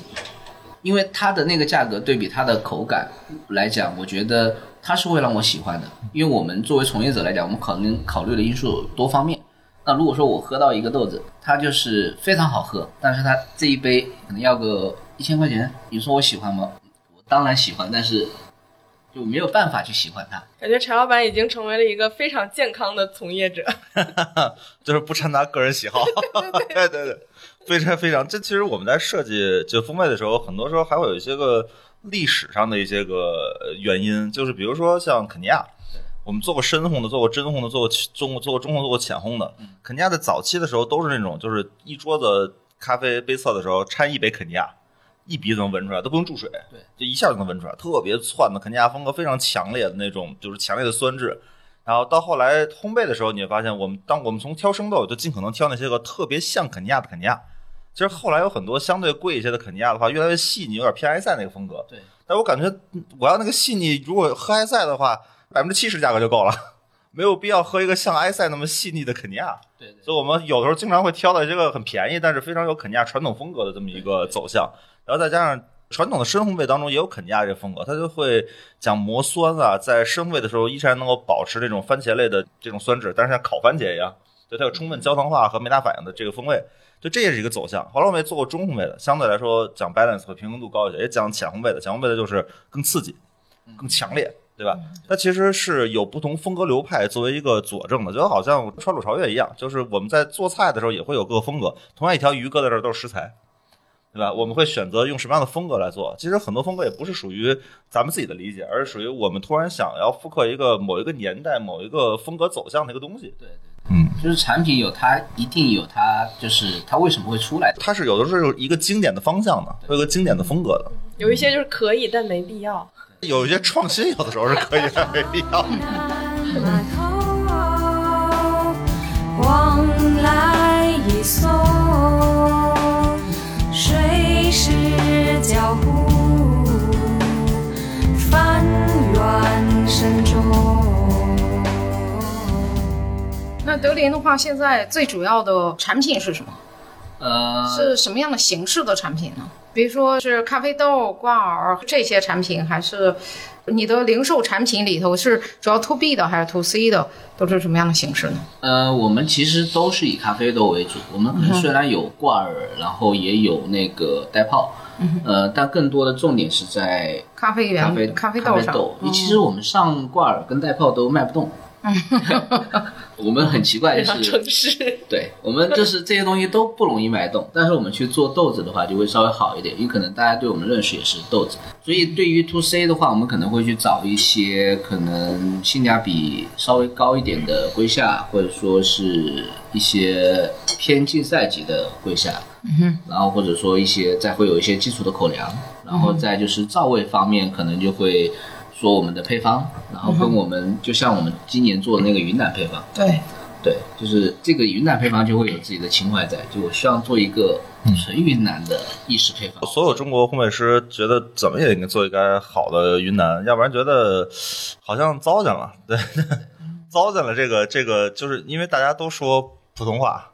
Speaker 2: 因为它的那个价格对比它的口感来讲，我觉得它是会让我喜欢的。因为我们作为从业者来讲，我们考虑考虑的因素多方面。那如果说我喝到一个豆子，它就是非常好喝，但是它这一杯可能要个一千块钱，你说我喜欢吗？我当然喜欢，但是就没有办法去喜欢它。
Speaker 4: 感觉柴老板已经成为了一个非常健康的从业者。
Speaker 3: 就是不掺杂个人喜好。 对对对，非常非常，这其实我们在设计就风味的时候，很多时候还会有一些个历史上的一些个呃原因，就是比如说像肯尼亚。我们做过深烘的，做过真烘的，做过中做过中烘，做过浅烘的。肯尼亚在早期的时候都是那种，就是一桌子咖啡杯测的时候掺一杯肯尼亚，一鼻子能闻出来，都不用注水，
Speaker 2: 对，
Speaker 3: 就一下就能闻出来，特别窜的肯尼亚风格非常强烈的那种，就是强烈的酸质。然后到后来烘焙的时候，你会发现，我们当我们从挑生豆，就尽可能挑那些个特别像肯尼亚的肯尼亚。其实后来有很多相对贵一些的肯尼亚的话，越来越细腻，有点偏埃塞那个风格。
Speaker 2: 对，
Speaker 3: 但我感觉嗯我要那个细腻，如果喝埃塞的话，百分之七十价格就够了， 没有必要喝一个像埃塞那么细腻的肯尼亚。
Speaker 2: 对对
Speaker 3: 所以我们有的时候经常会挑到这个很便宜，但是非常有肯尼亚传统风格的这么一个走向，然后再加上。传统的深烘焙当中也有肯尼亚这个风格，它就会讲磨酸啊，在深焙的时候依然能够保持这种番茄类的这种酸质，但是像烤番茄一样，对它有
Speaker 2: 嗯
Speaker 3: 充分焦糖化和没打反应的这个风味，就这也是一个走向。后来我们也做过中烘焙的，相对来说讲 balance 和平衡度高一些，也讲浅烘焙的，浅烘焙的就是更刺激、
Speaker 2: 嗯
Speaker 3: 更强烈，对吧？它其实是有不同风格流派作为一个佐证的，就好像川鲁朝越一样，就是我们在做菜的时候也会有各个风格，同样一条鱼搁在这儿都是食材，对吧？我们会选择用什么样的风格来做？其实很多风格也不是属于咱们自己的理解，而是属于我们突然想要复刻一个某一个年代、某一个风格走向的一个东西。
Speaker 2: 对对，
Speaker 3: 嗯，
Speaker 2: 就是产品有它一定有它，就是它为什么会出来的。
Speaker 3: 它是有的时候有一个经典的方向的，会有一个经典的风格的。
Speaker 4: 有一些就是可以，但没必要。
Speaker 3: 有一些创新，有的时候是可以的，没必要。
Speaker 5: 埋口往来一送，水是交互，翻缘深中。
Speaker 1: 那德林的话，现在最主要的产品是什么？
Speaker 2: 呃，
Speaker 1: 是什么样的形式的产品呢？比如说是咖啡豆、挂耳这些产品，还是你的零售产品里头是主要 to B 的还是 to C 的，都是什么样的形式呢？
Speaker 2: 呃，我们其实都是以咖啡豆为主。我们可能虽然有挂耳，然后也有那个带泡，呃，但更多的重点是在
Speaker 1: 咖啡
Speaker 2: 咖啡
Speaker 1: 园、咖
Speaker 2: 啡
Speaker 1: 啡豆上，
Speaker 2: 豆。其实我们上挂耳跟带泡都卖不动，我们很奇怪，
Speaker 4: 非
Speaker 2: 就
Speaker 4: 常
Speaker 2: 是
Speaker 4: 城 市，
Speaker 2: 对我们就是这些东西都不容易脉动，但是我们去做豆子的话，就会稍微好一点，因为可能大家对我们认识也是豆子，所以对于 to C 的话，我们可能会去找一些可能性价比稍微高一点的龟下，或者说是一些偏竞赛级的龟下，然后或者说一些再会有一些基础的口粮，然后再就是造味方面，可能就会说我们的配方，然后跟我们就像我们今年做的那个云南配方。
Speaker 1: 对，
Speaker 2: 对，就是这个云南配方就会有自己的情怀在，就我希望做一个纯云南的意式配方。
Speaker 3: 所有中国烘焙师觉得怎么也应该做一个好的云南，要不然觉得好像糟践了，对， 糟践了这个这个，就是因为大家都说普通话，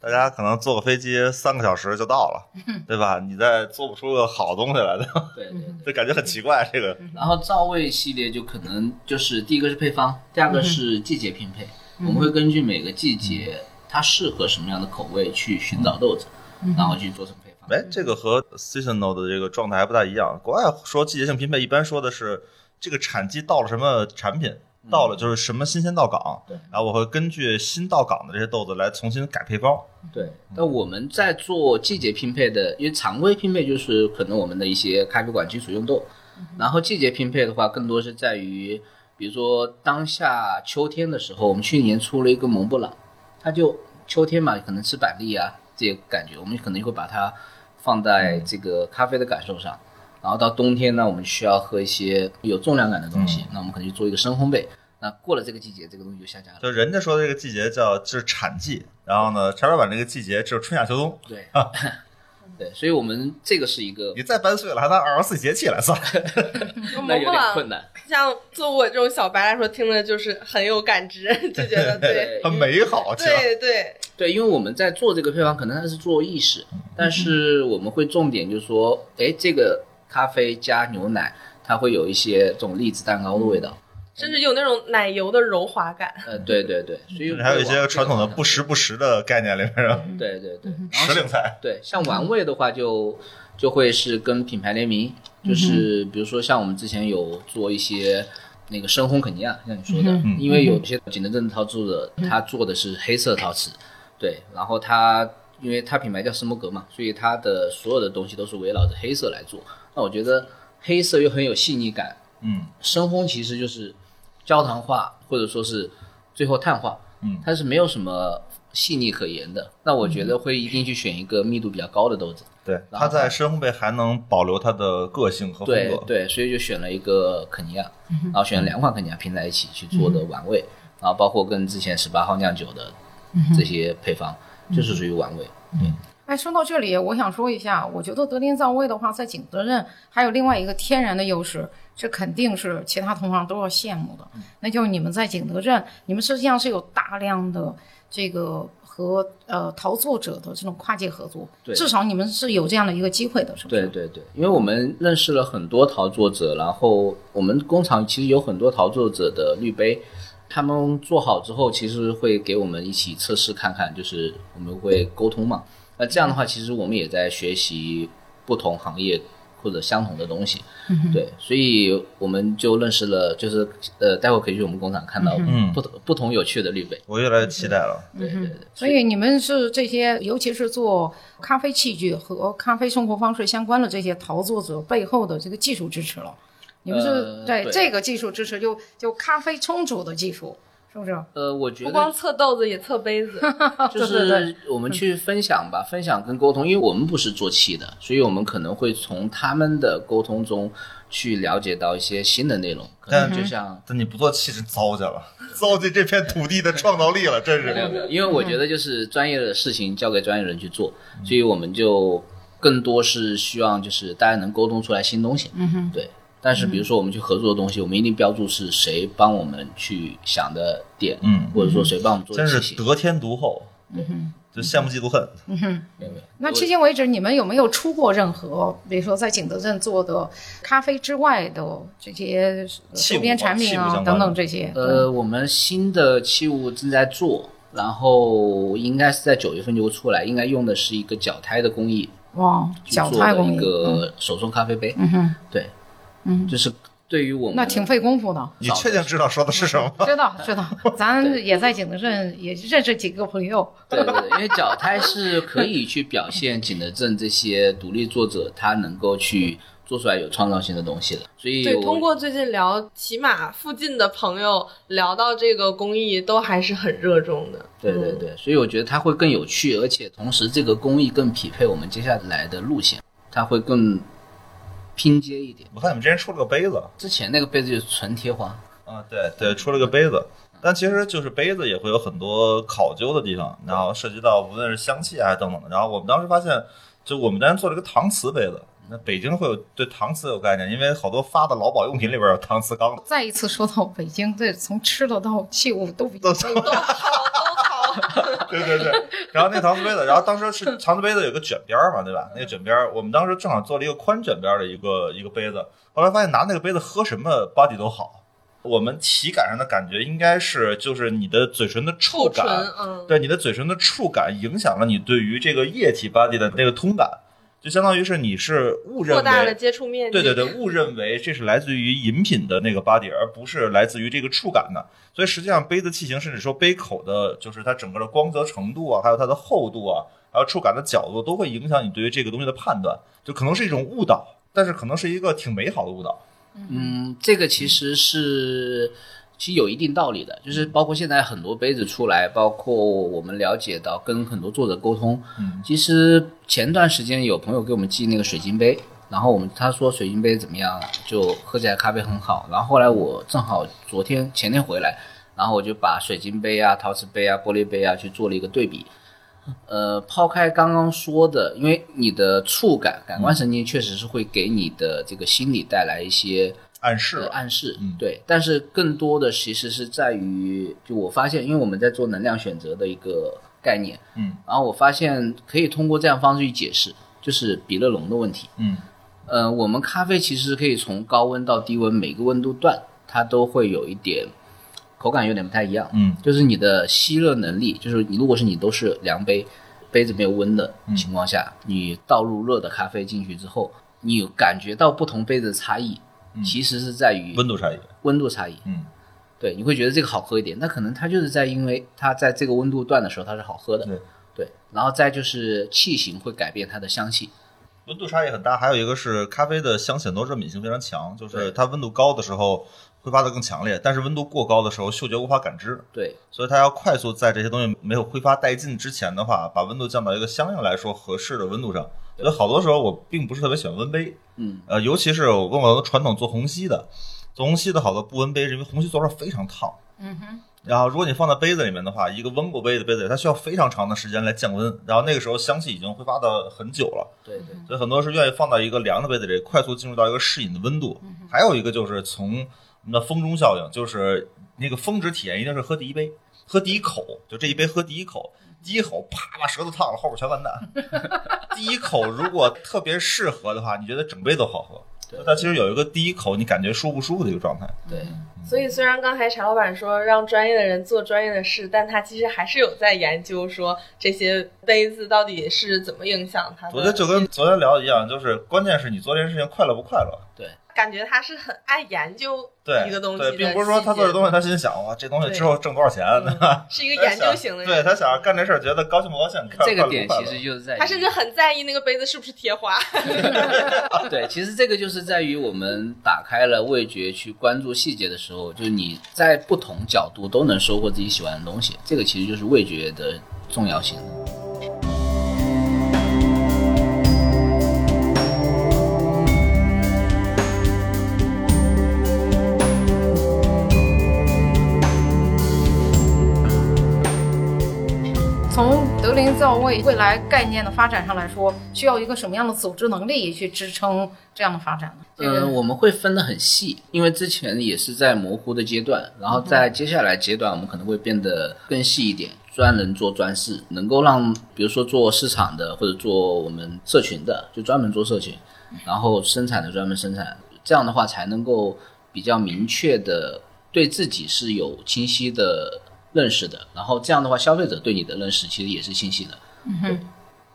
Speaker 3: 大家可能坐个飞机三个小时就到了，对吧？你再做不出个好东西来 的，
Speaker 2: 对对对。
Speaker 3: 就感觉很奇怪。这个
Speaker 2: 然后造味系列就可能就是第一个是配方，第二个是季节拼配，我们会根据每个季节它适合什么样的口味去寻找豆子，
Speaker 1: 嗯
Speaker 2: 然后去做成配方。
Speaker 3: 哎，这个和 seasonal 的这个状态还不大一样。国外说季节性拼配，一般说的是这个产季到了什么产品，到了就是什么新鲜到港，
Speaker 2: 嗯对
Speaker 3: 然后我会根据新到港的这些豆子来重新改配方。
Speaker 2: 对，但我们在做季节拼配的，因为常规拼配就是可能我们的一些咖啡馆基础用豆，然后季节拼配的话，更多是在于，比如说当下秋天的时候，我们去年出了一个蒙布朗，它就秋天嘛，可能吃板栗啊这些感觉，我们可能会把它放在这个咖啡的感受上。然后到冬天呢，我们需要喝一些有重量感的东西，那我们可能就做一个深烘焙。那过了这个季节，这个东西就下架了。
Speaker 3: 就人家说的这个季节叫就是产季，然后呢，茶老板这个季节就是春夏秋冬。
Speaker 2: 对， 对，所以我们这个是一个
Speaker 3: 你再掰碎了，还拿二十四节气来算，
Speaker 2: 那
Speaker 4: 蒙
Speaker 2: 有
Speaker 4: 布
Speaker 2: 点
Speaker 4: 朗
Speaker 2: 困难。
Speaker 4: 像做我这种小白来说，听着就是很有感知，就觉得对，
Speaker 3: 很美好。其实
Speaker 4: 对对，
Speaker 2: 对，因为我们在做这个配方，可能它是做意式，但是我们会重点就是说，哎，这个咖啡加牛奶，它会有一些这种栗子蛋糕的味道。
Speaker 4: 甚至有那种奶油的柔滑感。
Speaker 2: 呃，对对对，所以
Speaker 3: 还有一
Speaker 2: 会
Speaker 3: 些
Speaker 2: 往
Speaker 3: 传统的不时不食的概念里面的
Speaker 2: 对对对，然后
Speaker 3: 时令菜，
Speaker 2: 对，像玩味的话就就会是跟品牌联名，就是比如说像我们之前有做一些那个深烘肯尼亚，像你说的，因为有些景德镇陶制的，它做的是黑色陶瓷，对，然后它因为它品牌叫斯摩格嘛，所以它的所有的东西都是围绕着黑色来做。那我觉得黑色又很有细腻感，
Speaker 3: 嗯，
Speaker 2: 深烘其实就是焦糖化，或者说是最后碳化，
Speaker 3: 嗯
Speaker 2: 它是没有什么细腻可言的。那我觉得会一定去选一个密度比较高的豆子，
Speaker 3: 对，它在深烘焙还能保留它的个性和风
Speaker 2: 对
Speaker 3: 格。
Speaker 2: 对，所以就选了一个肯尼亚，然后选了两款肯尼亚拼在一起去做的玩味，然后包括跟之前十八号酿酒的这些配方，就是属于玩味。
Speaker 1: 哎，说到这里，我想说一下，我觉得德林造味的话，在景德镇还有另外一个天然的优势，这肯定是其他同行都要羡慕
Speaker 2: 嗯
Speaker 1: 的，那就是你们在景德镇，你们实际上是有大量的这个和呃陶作者的这种跨界合作，
Speaker 2: 对
Speaker 1: 至少你们是有这样的一个机会的，是不是？
Speaker 2: 对对对，因为我们认识了很多陶作者，然后我们工厂其实有很多陶作者的滤杯，他们做好之后，其实会给我们一起测试看看，就是我们会沟通嘛。那这样的话，其实我们也在学习不同行业或者相同的东西，
Speaker 4: 嗯
Speaker 2: 对，所以我们就认识了，就是呃，待会可以去我们工厂看到
Speaker 3: 嗯
Speaker 2: 不同、不同有趣的滤杯，
Speaker 3: 我越来越期待了。
Speaker 2: 对对对。
Speaker 1: 所以你们是这些，尤其是做咖啡器具和咖啡生活方式相关的这些陶作者背后的这个技术支持了。你们是、
Speaker 2: 呃
Speaker 1: 对
Speaker 2: 对
Speaker 1: 这个技术支持就，就咖啡冲煮的技术，是不是？
Speaker 2: 呃，我觉
Speaker 4: 不
Speaker 2: 得
Speaker 4: 光测豆子，也测杯子。
Speaker 2: 就
Speaker 1: 对对嗯
Speaker 2: 是我们去分享吧，分享跟沟通，因为我们不是做气的，所以我们可能会从他们的沟通中去了解到一些新的内
Speaker 3: 嗯
Speaker 2: 容，可能就像。
Speaker 3: 但你不做气质糟践了，糟践这片土地的创造力了，真
Speaker 2: 没有没
Speaker 3: 是。
Speaker 2: 有，因为我觉得就是专业的事情交给专业人去做，
Speaker 3: 嗯
Speaker 2: 所以我们就更多是希望就是大家能沟通出来新东西。嗯哼，对。但是比如说我们去合作的东西，我们一定标注是谁帮我们去想的点，
Speaker 3: 嗯
Speaker 2: 或者说嗯谁帮我们做的
Speaker 3: 真
Speaker 2: 事
Speaker 3: 是
Speaker 2: 情。
Speaker 3: 得天独厚，就羡慕嫉妒恨。
Speaker 2: 嗯没有没有
Speaker 1: 那至今为止，你们有没有出过任何，比如说在景德镇做的咖啡之外的这些
Speaker 3: 器
Speaker 1: 周
Speaker 3: 物
Speaker 1: 边
Speaker 3: 嘛
Speaker 1: 产
Speaker 3: 器
Speaker 1: 品
Speaker 3: 物相
Speaker 1: 啊
Speaker 3: 关的
Speaker 1: 等等这些？
Speaker 2: 呃，我们新的器物正在做，然后应该是在九月份就会出来，应该用的是一个脚胎的工艺
Speaker 1: 对，哇，
Speaker 2: 去
Speaker 1: 脚
Speaker 2: 做
Speaker 1: 太
Speaker 2: 的
Speaker 1: 工
Speaker 2: 一
Speaker 1: 艺，嗯
Speaker 2: 个手冲咖啡杯。
Speaker 1: 嗯哼，
Speaker 2: 对，
Speaker 1: 嗯
Speaker 2: 就是对于我们
Speaker 1: 那挺费功夫 的。
Speaker 3: 你确定知道说的是什么吗？
Speaker 1: 知道 知道，咱也在景德镇也认识几个朋友，
Speaker 2: 对对 对，因为脚胎是可以去表现景德镇这些独立作者他能够去做出来有创造性的东西的，所以
Speaker 4: 对，
Speaker 2: 我
Speaker 4: 通过最近聊，起码附近的朋友聊到这个公益，都还是很热衷的。
Speaker 2: 对对
Speaker 4: 嗯，
Speaker 2: 对，所以我觉得它会更有趣，而且同时这个工艺更匹配我们接下来的路线，它会更拼接一点。
Speaker 3: 我看你们之前出了个杯子
Speaker 2: 之前那个杯子就是纯贴花，
Speaker 3: 啊，对对，出了个杯子。但其实就是杯子也会有很多考究的地方，然后涉及到无论是香气啊等等的。然后我们当时发现，就我们当时做了一个搪瓷杯子，那北京会有对搪瓷有概念，因为好多发的劳保用品里边有搪瓷缸的。
Speaker 1: 再一次说到北京，对，从吃的到器物都比
Speaker 3: 都都 对对对，然后那搪瓷杯子，然后当时 是搪瓷杯子有个卷边儿嘛，对吧？那
Speaker 4: 嗯
Speaker 3: 个卷边儿，我们当时正好做了一个宽卷边儿的一个一个杯子，后来发现拿那个杯子喝什么 body 都好。我们体感上的感觉应该是，就是你的嘴唇的触
Speaker 4: 厚唇
Speaker 3: 感，，
Speaker 4: 嗯，
Speaker 3: 对你的嘴唇的触感影响了你对于这个液体 body 的那个通感，就相当于是你是误认
Speaker 4: 扩大了
Speaker 3: 为，
Speaker 4: 接触面积。
Speaker 3: 对对对， 误认为这是来自于饮品的那个 body，而不是来自于这个触感的。所以实际上杯子器型，甚至说杯口的，就是它整个的光泽程度啊，还有它的厚度啊，还有触感的角度，都会影响你对于这个东西的判断，就可能是一种误导。但是可能是一个挺美好的误导，
Speaker 2: 嗯，这个其实是其实有一定道理的，就是包括现在很多杯子出来，包括我们了解到跟很多作者沟通，
Speaker 3: 嗯，
Speaker 2: 其实前段时间有朋友给我们寄那个水晶杯，然后我们他说水晶杯怎么样，就喝起来咖啡很好。然后后来我正好昨天前天回来，然后我就把水晶杯啊、陶瓷杯啊、玻璃杯啊去做了一个对比。呃，抛开刚刚说的，因为你的触感、感官神经确实是会给你的这个心理带来一些
Speaker 3: 暗示
Speaker 2: 呃
Speaker 3: 吧，
Speaker 2: 暗示，
Speaker 3: 嗯
Speaker 2: 对。但是更多的其实是在于，就我发现，因为我们在做能量选择的一个概念，
Speaker 3: 嗯，
Speaker 2: 然后我发现可以通过这样方式去解释，就是比勒龙的问题。
Speaker 3: 嗯，
Speaker 2: 呃，我们咖啡其实可以从高温到低温，每个温度段它都会有一点口感有点不太一样，
Speaker 3: 嗯，
Speaker 2: 就是你的吸热能力，就是你如果是你都是量杯，杯子没有温的
Speaker 3: 嗯
Speaker 2: 情况下，你倒入热的咖啡进去之后，你有感觉到不同杯子的差异，其实是在于
Speaker 3: 嗯温度差异，
Speaker 2: 温度差异。
Speaker 3: 嗯，
Speaker 2: 对，你会觉得这个好喝一点，那可能它就是在因为它在这个温度段的时候它是好喝的。
Speaker 3: 对
Speaker 2: 对然后再就是气型会改变它的香气。
Speaker 3: 温度差异很大，还有一个是咖啡的香显多热敏性非常强，就是
Speaker 2: 对
Speaker 3: 它温度高的时候挥发的更强烈，但是温度过高的时候嗅觉无法感知，
Speaker 2: 对，
Speaker 3: 所以它要快速在这些东西没有挥发殆尽之前的话，把温度降到一个相应来说合适的温度上。所以好多时候我并不是特别喜欢温杯，
Speaker 2: 嗯，
Speaker 3: 呃，尤其是我问过传统做虹吸的，做虹吸的好多不温杯，是因为虹吸做出来非常烫。
Speaker 1: 嗯哼，
Speaker 3: 然后，如果你放在杯子里面的话，一个温过杯的杯子里，它需要非常长的时间来降温，然后那个时候香气已经挥发的很久了，
Speaker 2: 对对，
Speaker 3: 所以很多是愿意放到一个凉的杯子里，快速进入到一个适饮的温度。
Speaker 4: 嗯
Speaker 3: 还有一个就是从我们的风中效应，就是那个峰值体验一定是喝第一杯，喝第一口，就这一杯喝第一口，第一口啪把舌头烫了，后边全完 蛋。第一口如果特别适合的话，你觉得整杯都好喝。
Speaker 2: 对
Speaker 3: 它其实有一个第一口你感觉舒不舒服的一个状态。
Speaker 2: 对，
Speaker 4: 所以，虽然刚才柴老板说让专业的人做专业的事，但他其实还是有在研究说这些杯子到底是怎么影响他的。
Speaker 3: 我觉得就跟昨天聊的一样，就是关键是你做这件事情快乐不快乐。
Speaker 4: 感觉他是很爱研究
Speaker 3: 对，
Speaker 4: 一个东西的
Speaker 3: 对，并不是说他做这东西，他心想哇，这东西之后挣多少钱，
Speaker 4: 对嗯
Speaker 3: 吧？
Speaker 4: 是一个研究型的人。
Speaker 3: 对他想干这事儿，觉得高兴不高兴？快快
Speaker 2: 这
Speaker 3: 乐
Speaker 2: 个
Speaker 3: 不
Speaker 2: 点
Speaker 3: 快
Speaker 2: 其
Speaker 3: 乐
Speaker 2: 实就是在于
Speaker 4: 他甚至很在意那个杯子是不是贴花。
Speaker 2: 对，其实这个就是在于我们打开了味觉去关注细节的时候，就是你在不同角度都能收获自己喜欢的东西，这个其实就是味觉的重要性。
Speaker 1: 从德龄造位未来概念的发展上来说，需要一个什么样的组织能力去支撑这样的发展呢？这
Speaker 2: 嗯，
Speaker 1: 个
Speaker 2: 我们会分得很细，因为之前也是在模糊的阶段，然
Speaker 1: 嗯
Speaker 2: 后在接下来阶段，我们可能会变得更细一点，专人做专事，能够让比如说做市场的或者做我们社群的，就专门做社群，然后生产的专门生产，这样的话才能够比较明确的对自己是有清晰的认识的，然后这样的话，消费者对你的认识其实也是清晰的。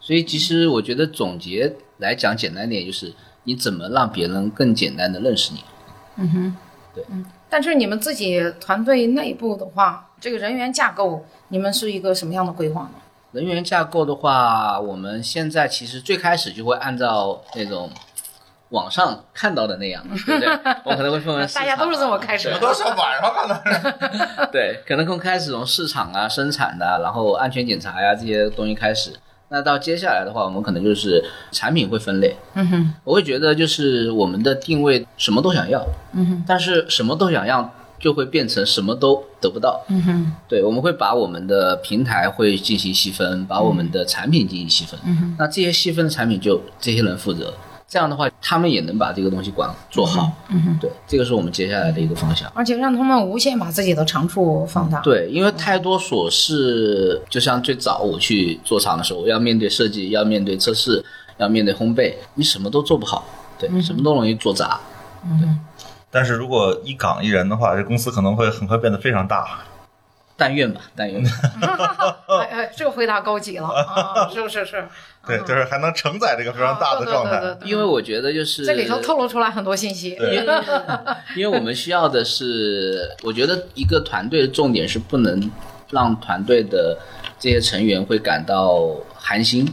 Speaker 2: 所以其实我觉得总结来讲，简单点就是你怎么让别人更简单的认识你。
Speaker 1: 嗯哼，
Speaker 2: 对
Speaker 1: 嗯。但是你们自己团队内部的话，这个人员架构，你们是一个什么样的规划呢？
Speaker 2: 人员架构的话，我们现在其实最开始就会按照那种网上看到的那样，对不对？我可能会分为市 场
Speaker 1: 大
Speaker 2: 啊
Speaker 1: 家都是这么开始
Speaker 3: 我
Speaker 1: 的。
Speaker 3: 都上晚上看的。
Speaker 2: 对，可能从开始从市场啊、生产的啊、然后安全检查呀、这些东西开始。那到接下来的话，我们可能就是产品会分类。
Speaker 1: 嗯哼，
Speaker 2: 我会觉得就是我们的定位什么都想要，
Speaker 1: 嗯哼，
Speaker 2: 但是什么都想要就会变成什么都得不到。
Speaker 1: 嗯哼，
Speaker 2: 对，我们会把我们的平台会进行细分，把我们的产品进行细分。
Speaker 1: 嗯哼
Speaker 2: 那这些细分的产品就这些人负责，这样的话他们也能把这个东西管做好。
Speaker 1: 嗯哼，
Speaker 2: 对，这个是我们接下来的一个方向。
Speaker 1: 而且让他们无限把自己的长处放大。，
Speaker 2: 对，因为太多琐事，就像最早我去做厂的时候，我要面对设计，要面对测试，要面对烘焙，你什么都做不好，
Speaker 1: 嗯
Speaker 2: 对，什么都容易做砸。
Speaker 3: 但是如果一岗一人的话，这公司可能会很快变得非常大。
Speaker 2: 但愿吧，但愿吧。
Speaker 1: 哎哎，这个回答高 级了啊！是是是，
Speaker 3: 对，就是还能承载这个非常大的状态。
Speaker 1: 啊嗯对对对对对
Speaker 2: 因为我觉得就是
Speaker 1: 这里头透露出来很多信息。
Speaker 3: 对
Speaker 2: 因为我们需要的是，我觉得一个团队的重点是不能让团队的这些成员会感到寒心。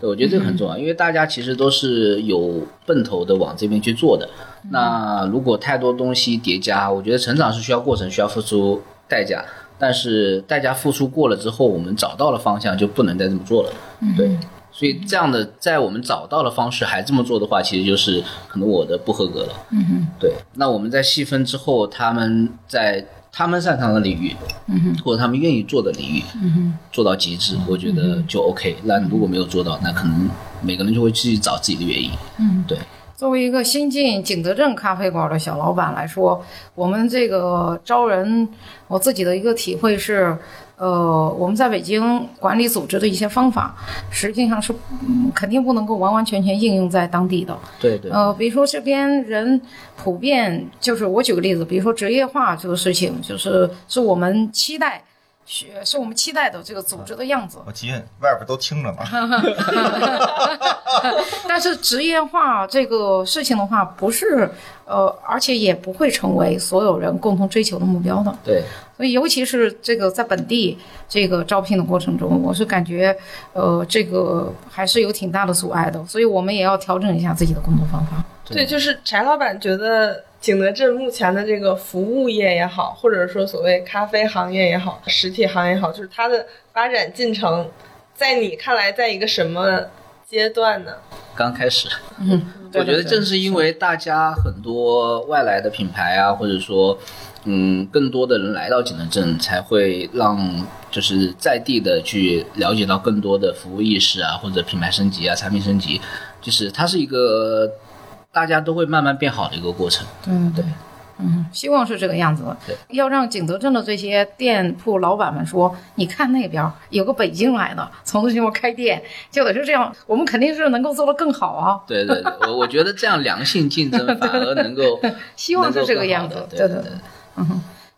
Speaker 2: 对，我觉得这个很重要，因为大家其实都是有奔头的往这边去做的。那如果太多东西叠加，我觉得成长是需要过程，需要付出代价。但是代价付出过了之后，我们找到了方向，就不能再这么做了。对，所以这样的，在我们找到了方式还这么做的话，其实就是可能我的不合格了。
Speaker 1: 嗯哼。
Speaker 2: 对，那我们在细分之后，他们在他们擅长的领域，
Speaker 1: 嗯哼，
Speaker 2: 或者他们愿意做的领域，嗯哼，做到极致，我觉得就 OK。那如果没有做到，那可能每个人就会去找自己的原因。嗯，对，
Speaker 1: 作为一个新进景德镇咖啡馆的小老板来说，我们这个招人，我自己的一个体会是，呃，我们在北京管理组织的一些方法，实际上是、嗯肯定不能够完完全全应用在当地的。
Speaker 2: 对对，
Speaker 1: 呃，比如说这边人普遍就是，我举个例子，比如说职业化这个事情，就是是我们期待。学是我们期待的这个组织的样子，
Speaker 3: 我提醒外边都听着呢。
Speaker 1: 但是职业化这个事情的话，不是呃，而且也不会成为所有人共同追求的目标的。
Speaker 2: 对，
Speaker 1: 所以，尤其是这个在本地这个招聘的过程中，我是感觉呃，这个还是有挺大的阻碍的。所以我们也要调整一下自己的工作方法。
Speaker 2: 对
Speaker 4: 对，就是柴老板觉得景德镇目前的这个服务业也好，或者说所谓咖啡行业也好，实体行业也好，就是它的发展进程，在你看来，在一个什么阶段呢？
Speaker 2: 刚开始，
Speaker 1: 对
Speaker 2: 我觉得
Speaker 1: 对
Speaker 2: 正是因为大家很多外来的品牌啊，或者说，嗯，更多的人来到景德镇，才会让就是在地的去了解到更多的服务意识啊，或者品牌升级啊、产品升级，就是它是一个大家都会慢慢变好的一个过程。
Speaker 1: 对对，嗯，希望是这个样子的
Speaker 2: 对。
Speaker 1: 要让景德镇的这些店铺老板们说，你看那边儿有个北京来的，从这地方开店，就得是这样，我们肯定是能够做得更好啊。
Speaker 2: 对对对，我我觉得这样良性竞争反而能 够
Speaker 1: 希望是这个样
Speaker 2: 能
Speaker 1: 子
Speaker 2: 够。
Speaker 1: 对对
Speaker 2: 更好的对对
Speaker 1: 对
Speaker 2: 对。。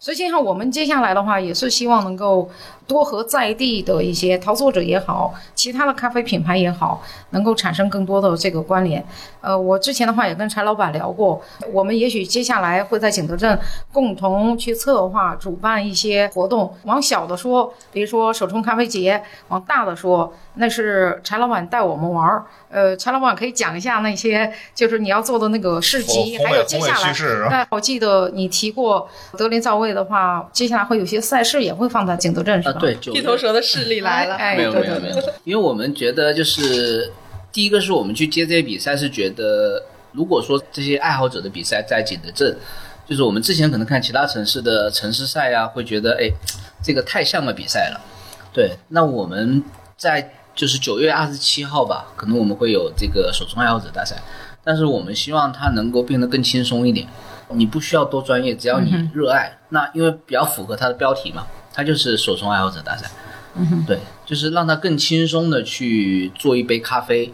Speaker 1: 实际上，我们接下来的话也是希望能够多和在地的一些操作者也好，其他的咖啡品牌也好，能够产生更多的这个关联。呃，我之前的话也跟柴老板聊过，我们也许接下来会在景德镇共同去策划、主办一些活动。往小的说，比如说手冲咖啡节；往大的说，那是柴老板带我们玩儿。呃，柴老板可以讲一下那些就是你要做的那个市集，
Speaker 3: 宏
Speaker 1: 还
Speaker 3: 伟
Speaker 1: 有接
Speaker 3: 宏伟
Speaker 1: 下来
Speaker 3: 叙事是吧？
Speaker 1: 那我记得你提过德林造位的话，接下来会有些赛事也会放在景德镇，是
Speaker 2: 啊，
Speaker 1: 吧？
Speaker 2: 对，九
Speaker 4: 披
Speaker 2: 月
Speaker 4: 头蛇的势力来了，
Speaker 1: 哎，
Speaker 2: 没有
Speaker 1: 对
Speaker 2: 没有
Speaker 1: 对
Speaker 2: 没
Speaker 1: 对
Speaker 2: 有，因为我们觉得就是第一个是我们去接这些比赛是觉得，如果说这些爱好者的比赛在景德镇，就是我们之前可能看其他城市的城市赛啊，会觉得哎，这个太像个比赛了。对，那我们在就是九月二十七号吧，可能我们会有这个手冲爱好者大赛，但是我们希望它能够变得更轻松一点。你不需要多专业，只要你热爱。那因为比较符合它的标题嘛，它就是手冲爱好者大赛。对，就是让他更轻松的去做一杯咖啡，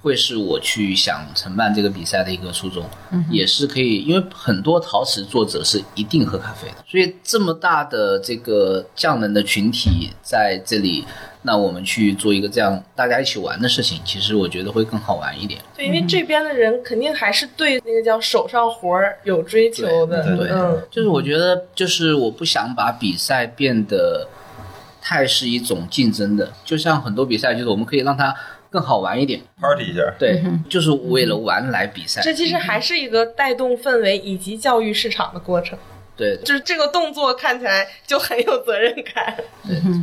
Speaker 2: 会是我去想承办这个比赛的一个初衷，
Speaker 4: 嗯
Speaker 2: 也是可以，因为很多陶瓷作者是一定喝咖啡的，所以这么大的这个匠人的群体在这里，那我们去做一个这样大家一起玩的事情，其实我觉得会更好玩一点。
Speaker 4: 对，因为这边的人肯定还是对那个叫手上活儿有追求的，
Speaker 2: 对
Speaker 4: 嗯，
Speaker 2: 就是我觉得，就是我不想把比赛变得太是一种竞争的，就像很多比赛，就是我们可以让它更好玩一点，
Speaker 3: party 一下，
Speaker 2: 对，就是为了玩来比赛，
Speaker 4: 这其实还是一个带动氛围以及教育市场的过程，
Speaker 2: 对，
Speaker 4: 就是这个动作看起来就很有责任感。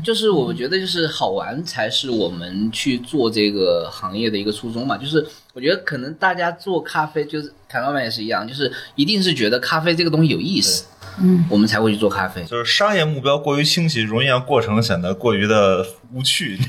Speaker 2: 就是我觉得就是好玩才是我们去做这个行业的一个初衷嘛。就是我觉得可能大家做咖啡，就是谭老板也是一样，就是一定是觉得咖啡这个东西有意思，嗯，我们才会去做咖啡。
Speaker 3: 就是商业目标过于清晰，容易让过程显得过于的无 趣。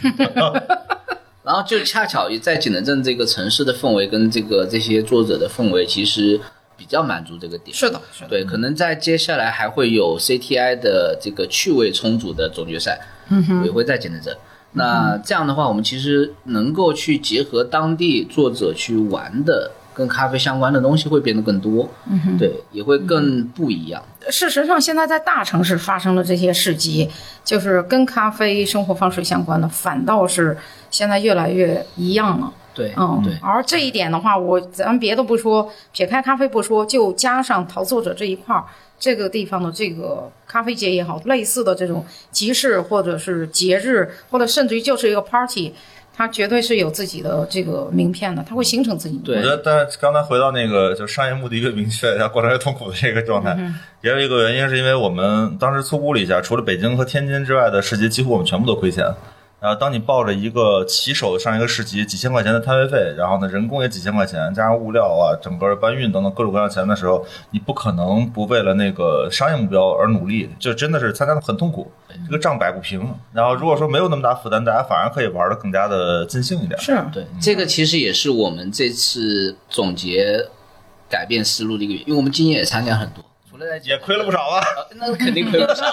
Speaker 2: 然后就恰巧在景德镇这个城市的氛围跟这个这些作者的氛围，其实比较满足这个点。
Speaker 1: 是的，是的，
Speaker 2: 对，可能在接下来还会有 CTI 的这个趣味冲煮的总决赛，嗯、也会在景德镇。那这样的话，我们其实能够去结合当地作者去玩的跟咖啡相关的东西会变得更多，嗯、对，也会更不一样。
Speaker 1: 事实上，现在在大城市发生的这些市集，就是跟咖啡生活方式相关的，反倒是现在越来越一样了。
Speaker 2: 对，
Speaker 1: 嗯，
Speaker 2: 对，
Speaker 1: 而这一点的话，我咱别的不说，撇开咖啡不说，就加上陶作者这一块儿，这个地方的这个咖啡节也好，类似的这种集市或者是节日，或者甚至于就是一个 party，它绝对是有自己的这个名片的，它会形成自己的。
Speaker 2: 对
Speaker 3: 我觉得，但是刚才回到那个，就商业目的越明确，它过程越痛苦的这个状态，也有一个原因，是因为我们当时粗估了一下，除了北京和天津之外的市集，几乎我们全部都亏钱。然后，当你抱着一个骑手上一个市集，几千块钱的摊位费，然后呢，人工也几千块钱，加上物料啊，整个搬运等等各种各样的钱的时候，你不可能不为了那个商业目标而努力，就真的是参加的很痛苦，这个账摆不平。然后，如果说没有那么大负担，大家反而可以玩的更加的尽兴一点。
Speaker 1: 是，
Speaker 2: 对，这个其实也是我们这次总结改变思路的一个原因，因为我们今年也参加很多，除了在
Speaker 3: 也亏了不少哎啊！
Speaker 2: 呃那肯定亏不 少。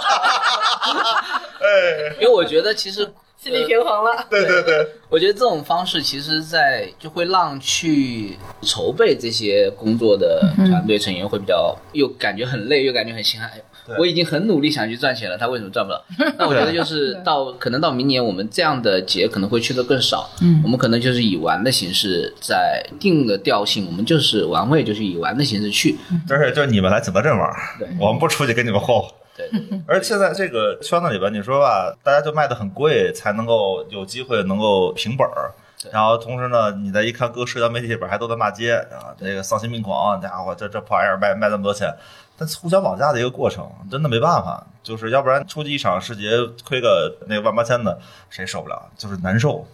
Speaker 2: 因为我觉得其实
Speaker 4: 心理平衡了，
Speaker 3: 对对对，
Speaker 2: 我觉得这种方式其实，在就会让去筹备这些工作的团队成员会比较，又感觉很累，又感觉很心寒。哎呦
Speaker 3: 对
Speaker 2: 我已经很努力想去赚钱了，他为什么赚不了？那我觉得就是到可能到明年，我们这样的节可能会去的更少。嗯，我们可能就是以玩的形式，在定的调性，我们就是玩味，就是以玩的形式去。
Speaker 3: 就是就是你们来景德镇玩
Speaker 2: 对，
Speaker 3: 我们不出去跟你们霍霍。
Speaker 2: 对，对
Speaker 1: 嗯
Speaker 2: 对
Speaker 3: 而现在这个圈子里边，你说吧，大家就卖的很贵，才能够有机会能够平本儿。然后同时呢，你再一看各个社交媒体里边还都在骂街啊，这个丧心病狂，家伙这这破玩意儿卖卖那么多钱，但是互相绑架的一个过程，真的没办法，就是要不然出去一场世节亏个那万八千的，谁受不了？就是难受。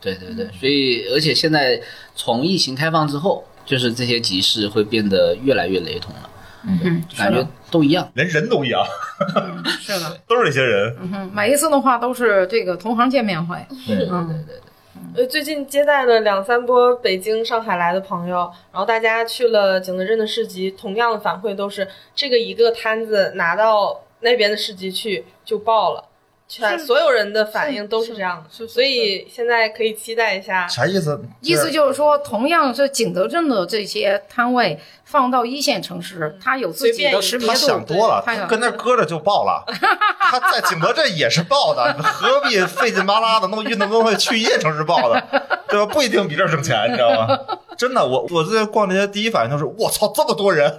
Speaker 2: 对对对，所以而且现在从疫情开放之后，就是这些集市会变得越来越雷同了，
Speaker 1: 嗯，
Speaker 2: 感觉都一样。
Speaker 3: 连人都一样，
Speaker 1: 是的，是的，
Speaker 3: 都是那些人。
Speaker 1: 嗯，每一次的话都是这个同行见面会，
Speaker 2: 对对对
Speaker 1: 嗯
Speaker 2: 对对。
Speaker 4: 呃，最近接待了两三波北京、上海来的朋友，然后大家去了景德镇的市集，同样的反馈都是这个一个摊子拿到那边的市集去就爆了，全所有人的反应都是这样的，所以现在可以期待一下。
Speaker 3: 啥意思？
Speaker 1: 意思就是说，同样是景德镇的这些摊位放到一线城市，它有自己的识别
Speaker 3: 他
Speaker 1: 度
Speaker 3: 想，多了，
Speaker 1: 他想
Speaker 3: 他跟那儿搁着就爆 了。他在景德镇也是爆的，何必费劲巴拉的弄运动工会去一线城市爆的，对吧？不一定比这儿挣钱，你知道吗？真的，我我在逛这些，第一反应就是我操，这么多人！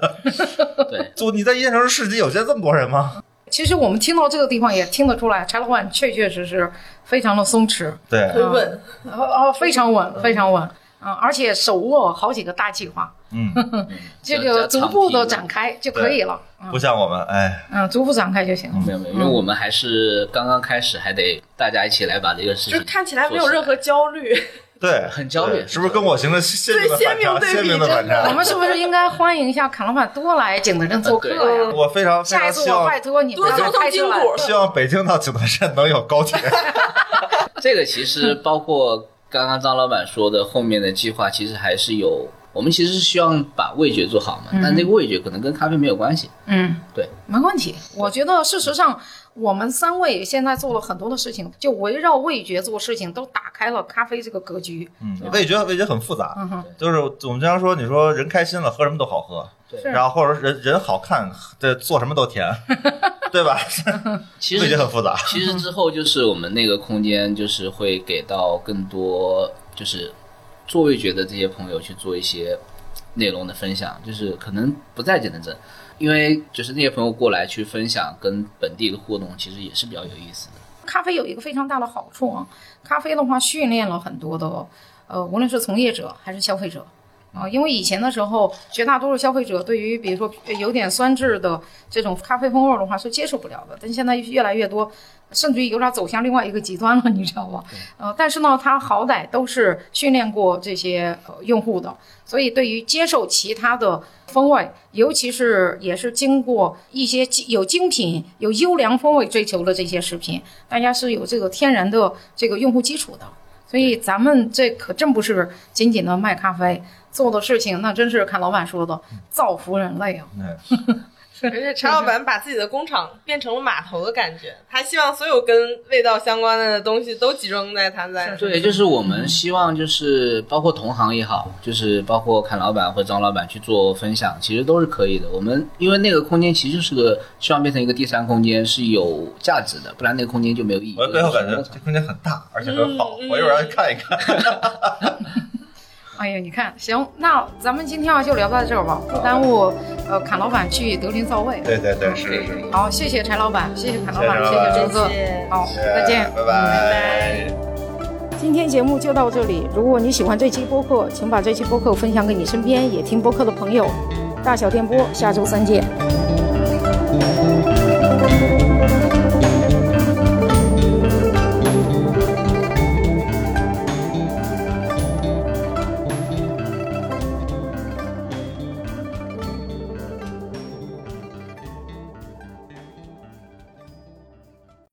Speaker 2: 对，
Speaker 3: 就你在一线城市市集有现在这么多人吗？
Speaker 1: 其实我们听到这个地方也听得出来，柴老板确确实实非常的松弛，
Speaker 3: 对，
Speaker 4: 很
Speaker 2: 嗯
Speaker 4: 稳，
Speaker 1: 哦哦，非常稳，非常稳啊、而且手握好几个大计划，
Speaker 3: 嗯，
Speaker 1: 这个
Speaker 2: 叫
Speaker 1: 逐步的展，开就可以了，
Speaker 3: 不像我们，哎，
Speaker 1: 嗯，逐步展开就行了。
Speaker 2: 没有没有，
Speaker 4: 嗯
Speaker 2: 因为我们还是刚刚开始，还得大家一起来把这个嗯事
Speaker 4: 就
Speaker 2: 情
Speaker 4: 是看起来没有任何焦虑。
Speaker 3: 对，
Speaker 2: 很焦虑
Speaker 3: 对是不是跟我形成鲜明的反差？
Speaker 4: 对鲜
Speaker 3: 鲜
Speaker 4: 明对比
Speaker 3: 明的反
Speaker 1: 我
Speaker 3: 差。
Speaker 1: 们是不是应该欢迎一下侃老板多来景德镇做客
Speaker 2: 对
Speaker 1: 呀？
Speaker 3: 我非常非
Speaker 1: 下一
Speaker 3: 常
Speaker 1: 次
Speaker 3: 希
Speaker 1: 我
Speaker 3: 望
Speaker 1: 拜托你不
Speaker 4: 多
Speaker 1: 要
Speaker 4: 搜搜
Speaker 1: 开
Speaker 4: 筋
Speaker 1: 车来。
Speaker 4: 骨，
Speaker 3: 希望北京到景德镇能有高铁。
Speaker 2: 这个其实
Speaker 4: 嗯
Speaker 2: 包括刚刚张老板说的后面的计划，其实还是有。我们其实是希望把味觉
Speaker 4: 嗯
Speaker 2: 做好嘛，但这个味觉可能跟咖啡没有关系。
Speaker 1: 嗯，
Speaker 2: 对，
Speaker 1: 没问题。我觉得事实上，我们三位现在做了很多的事情，就围绕味觉做事情，都打开了咖啡这个格局。
Speaker 3: 嗯，味觉味觉很复杂，
Speaker 1: 嗯哼，
Speaker 3: 就是我们经常说，你说人开心了，喝什么都好喝，
Speaker 2: 对
Speaker 1: 是
Speaker 3: 然后或者说人人好看，这做什么都甜，对吧？
Speaker 2: 其
Speaker 3: 味觉
Speaker 2: 实
Speaker 3: 很复杂，
Speaker 2: 其实之后就是我们那个空间，就是会给到更多就是做味觉的这些朋友去做一些内容的分享，就是可能不在简单镇，因为就是那些朋友过来去分享跟本地的互动，其实也是比较有意思的。
Speaker 1: 咖啡有一个非常大的好处啊，咖啡的话训练了很多的，呃，无论是从业者还是消费者。啊，因为以前的时候，绝大多数消费者对于比如说呃有点酸质的这种咖啡风味儿的话是接受不了的，但现在越来越多，甚至于有点走向另外一个极端了， 你知道吧？呃，但是呢，它好歹都是训练过这些、呃、用户的，所以对于接受其他的风味，尤其是也是经过一些精有精品、有优良风味追求的这些食品，大家是有这个天然的这个用户基础的。所以咱们这可真不是仅仅的卖咖啡做的事情，那真是看老板说的造福人类啊！
Speaker 3: 嗯
Speaker 4: 而且陈老板把自己的工厂变成了码头的感觉，他希望所有跟味道相关的东西都集中在他在。
Speaker 2: 对，就是我们希望就是包括同行也好，就是包括侃老板或张老板去做分享，其实都是可以的。我们因为那个空间其实是个希望变成一个第三空间是有价值的，不然那个空间就没有意义。
Speaker 3: 我背后感觉这空间很大，而且很好，
Speaker 4: 嗯嗯
Speaker 3: 我一会儿要去看一看。
Speaker 1: 哎呀，你看，行，那咱们今天啊就聊到这儿吧，不耽误呃侃老板去德林造位。
Speaker 3: 对对对，是是是，
Speaker 1: 好，谢谢柴老板，谢谢侃老板，
Speaker 3: 谢
Speaker 1: 谢啊
Speaker 3: 谢柴老板
Speaker 1: 谢竹子
Speaker 4: 谢谢，
Speaker 1: 好，再见，
Speaker 3: 呃拜拜。
Speaker 1: 今天节目就到这里。如果你喜欢这期播客，请把这期播客分享给你身边也听播客的朋友。大小电波，下周三见。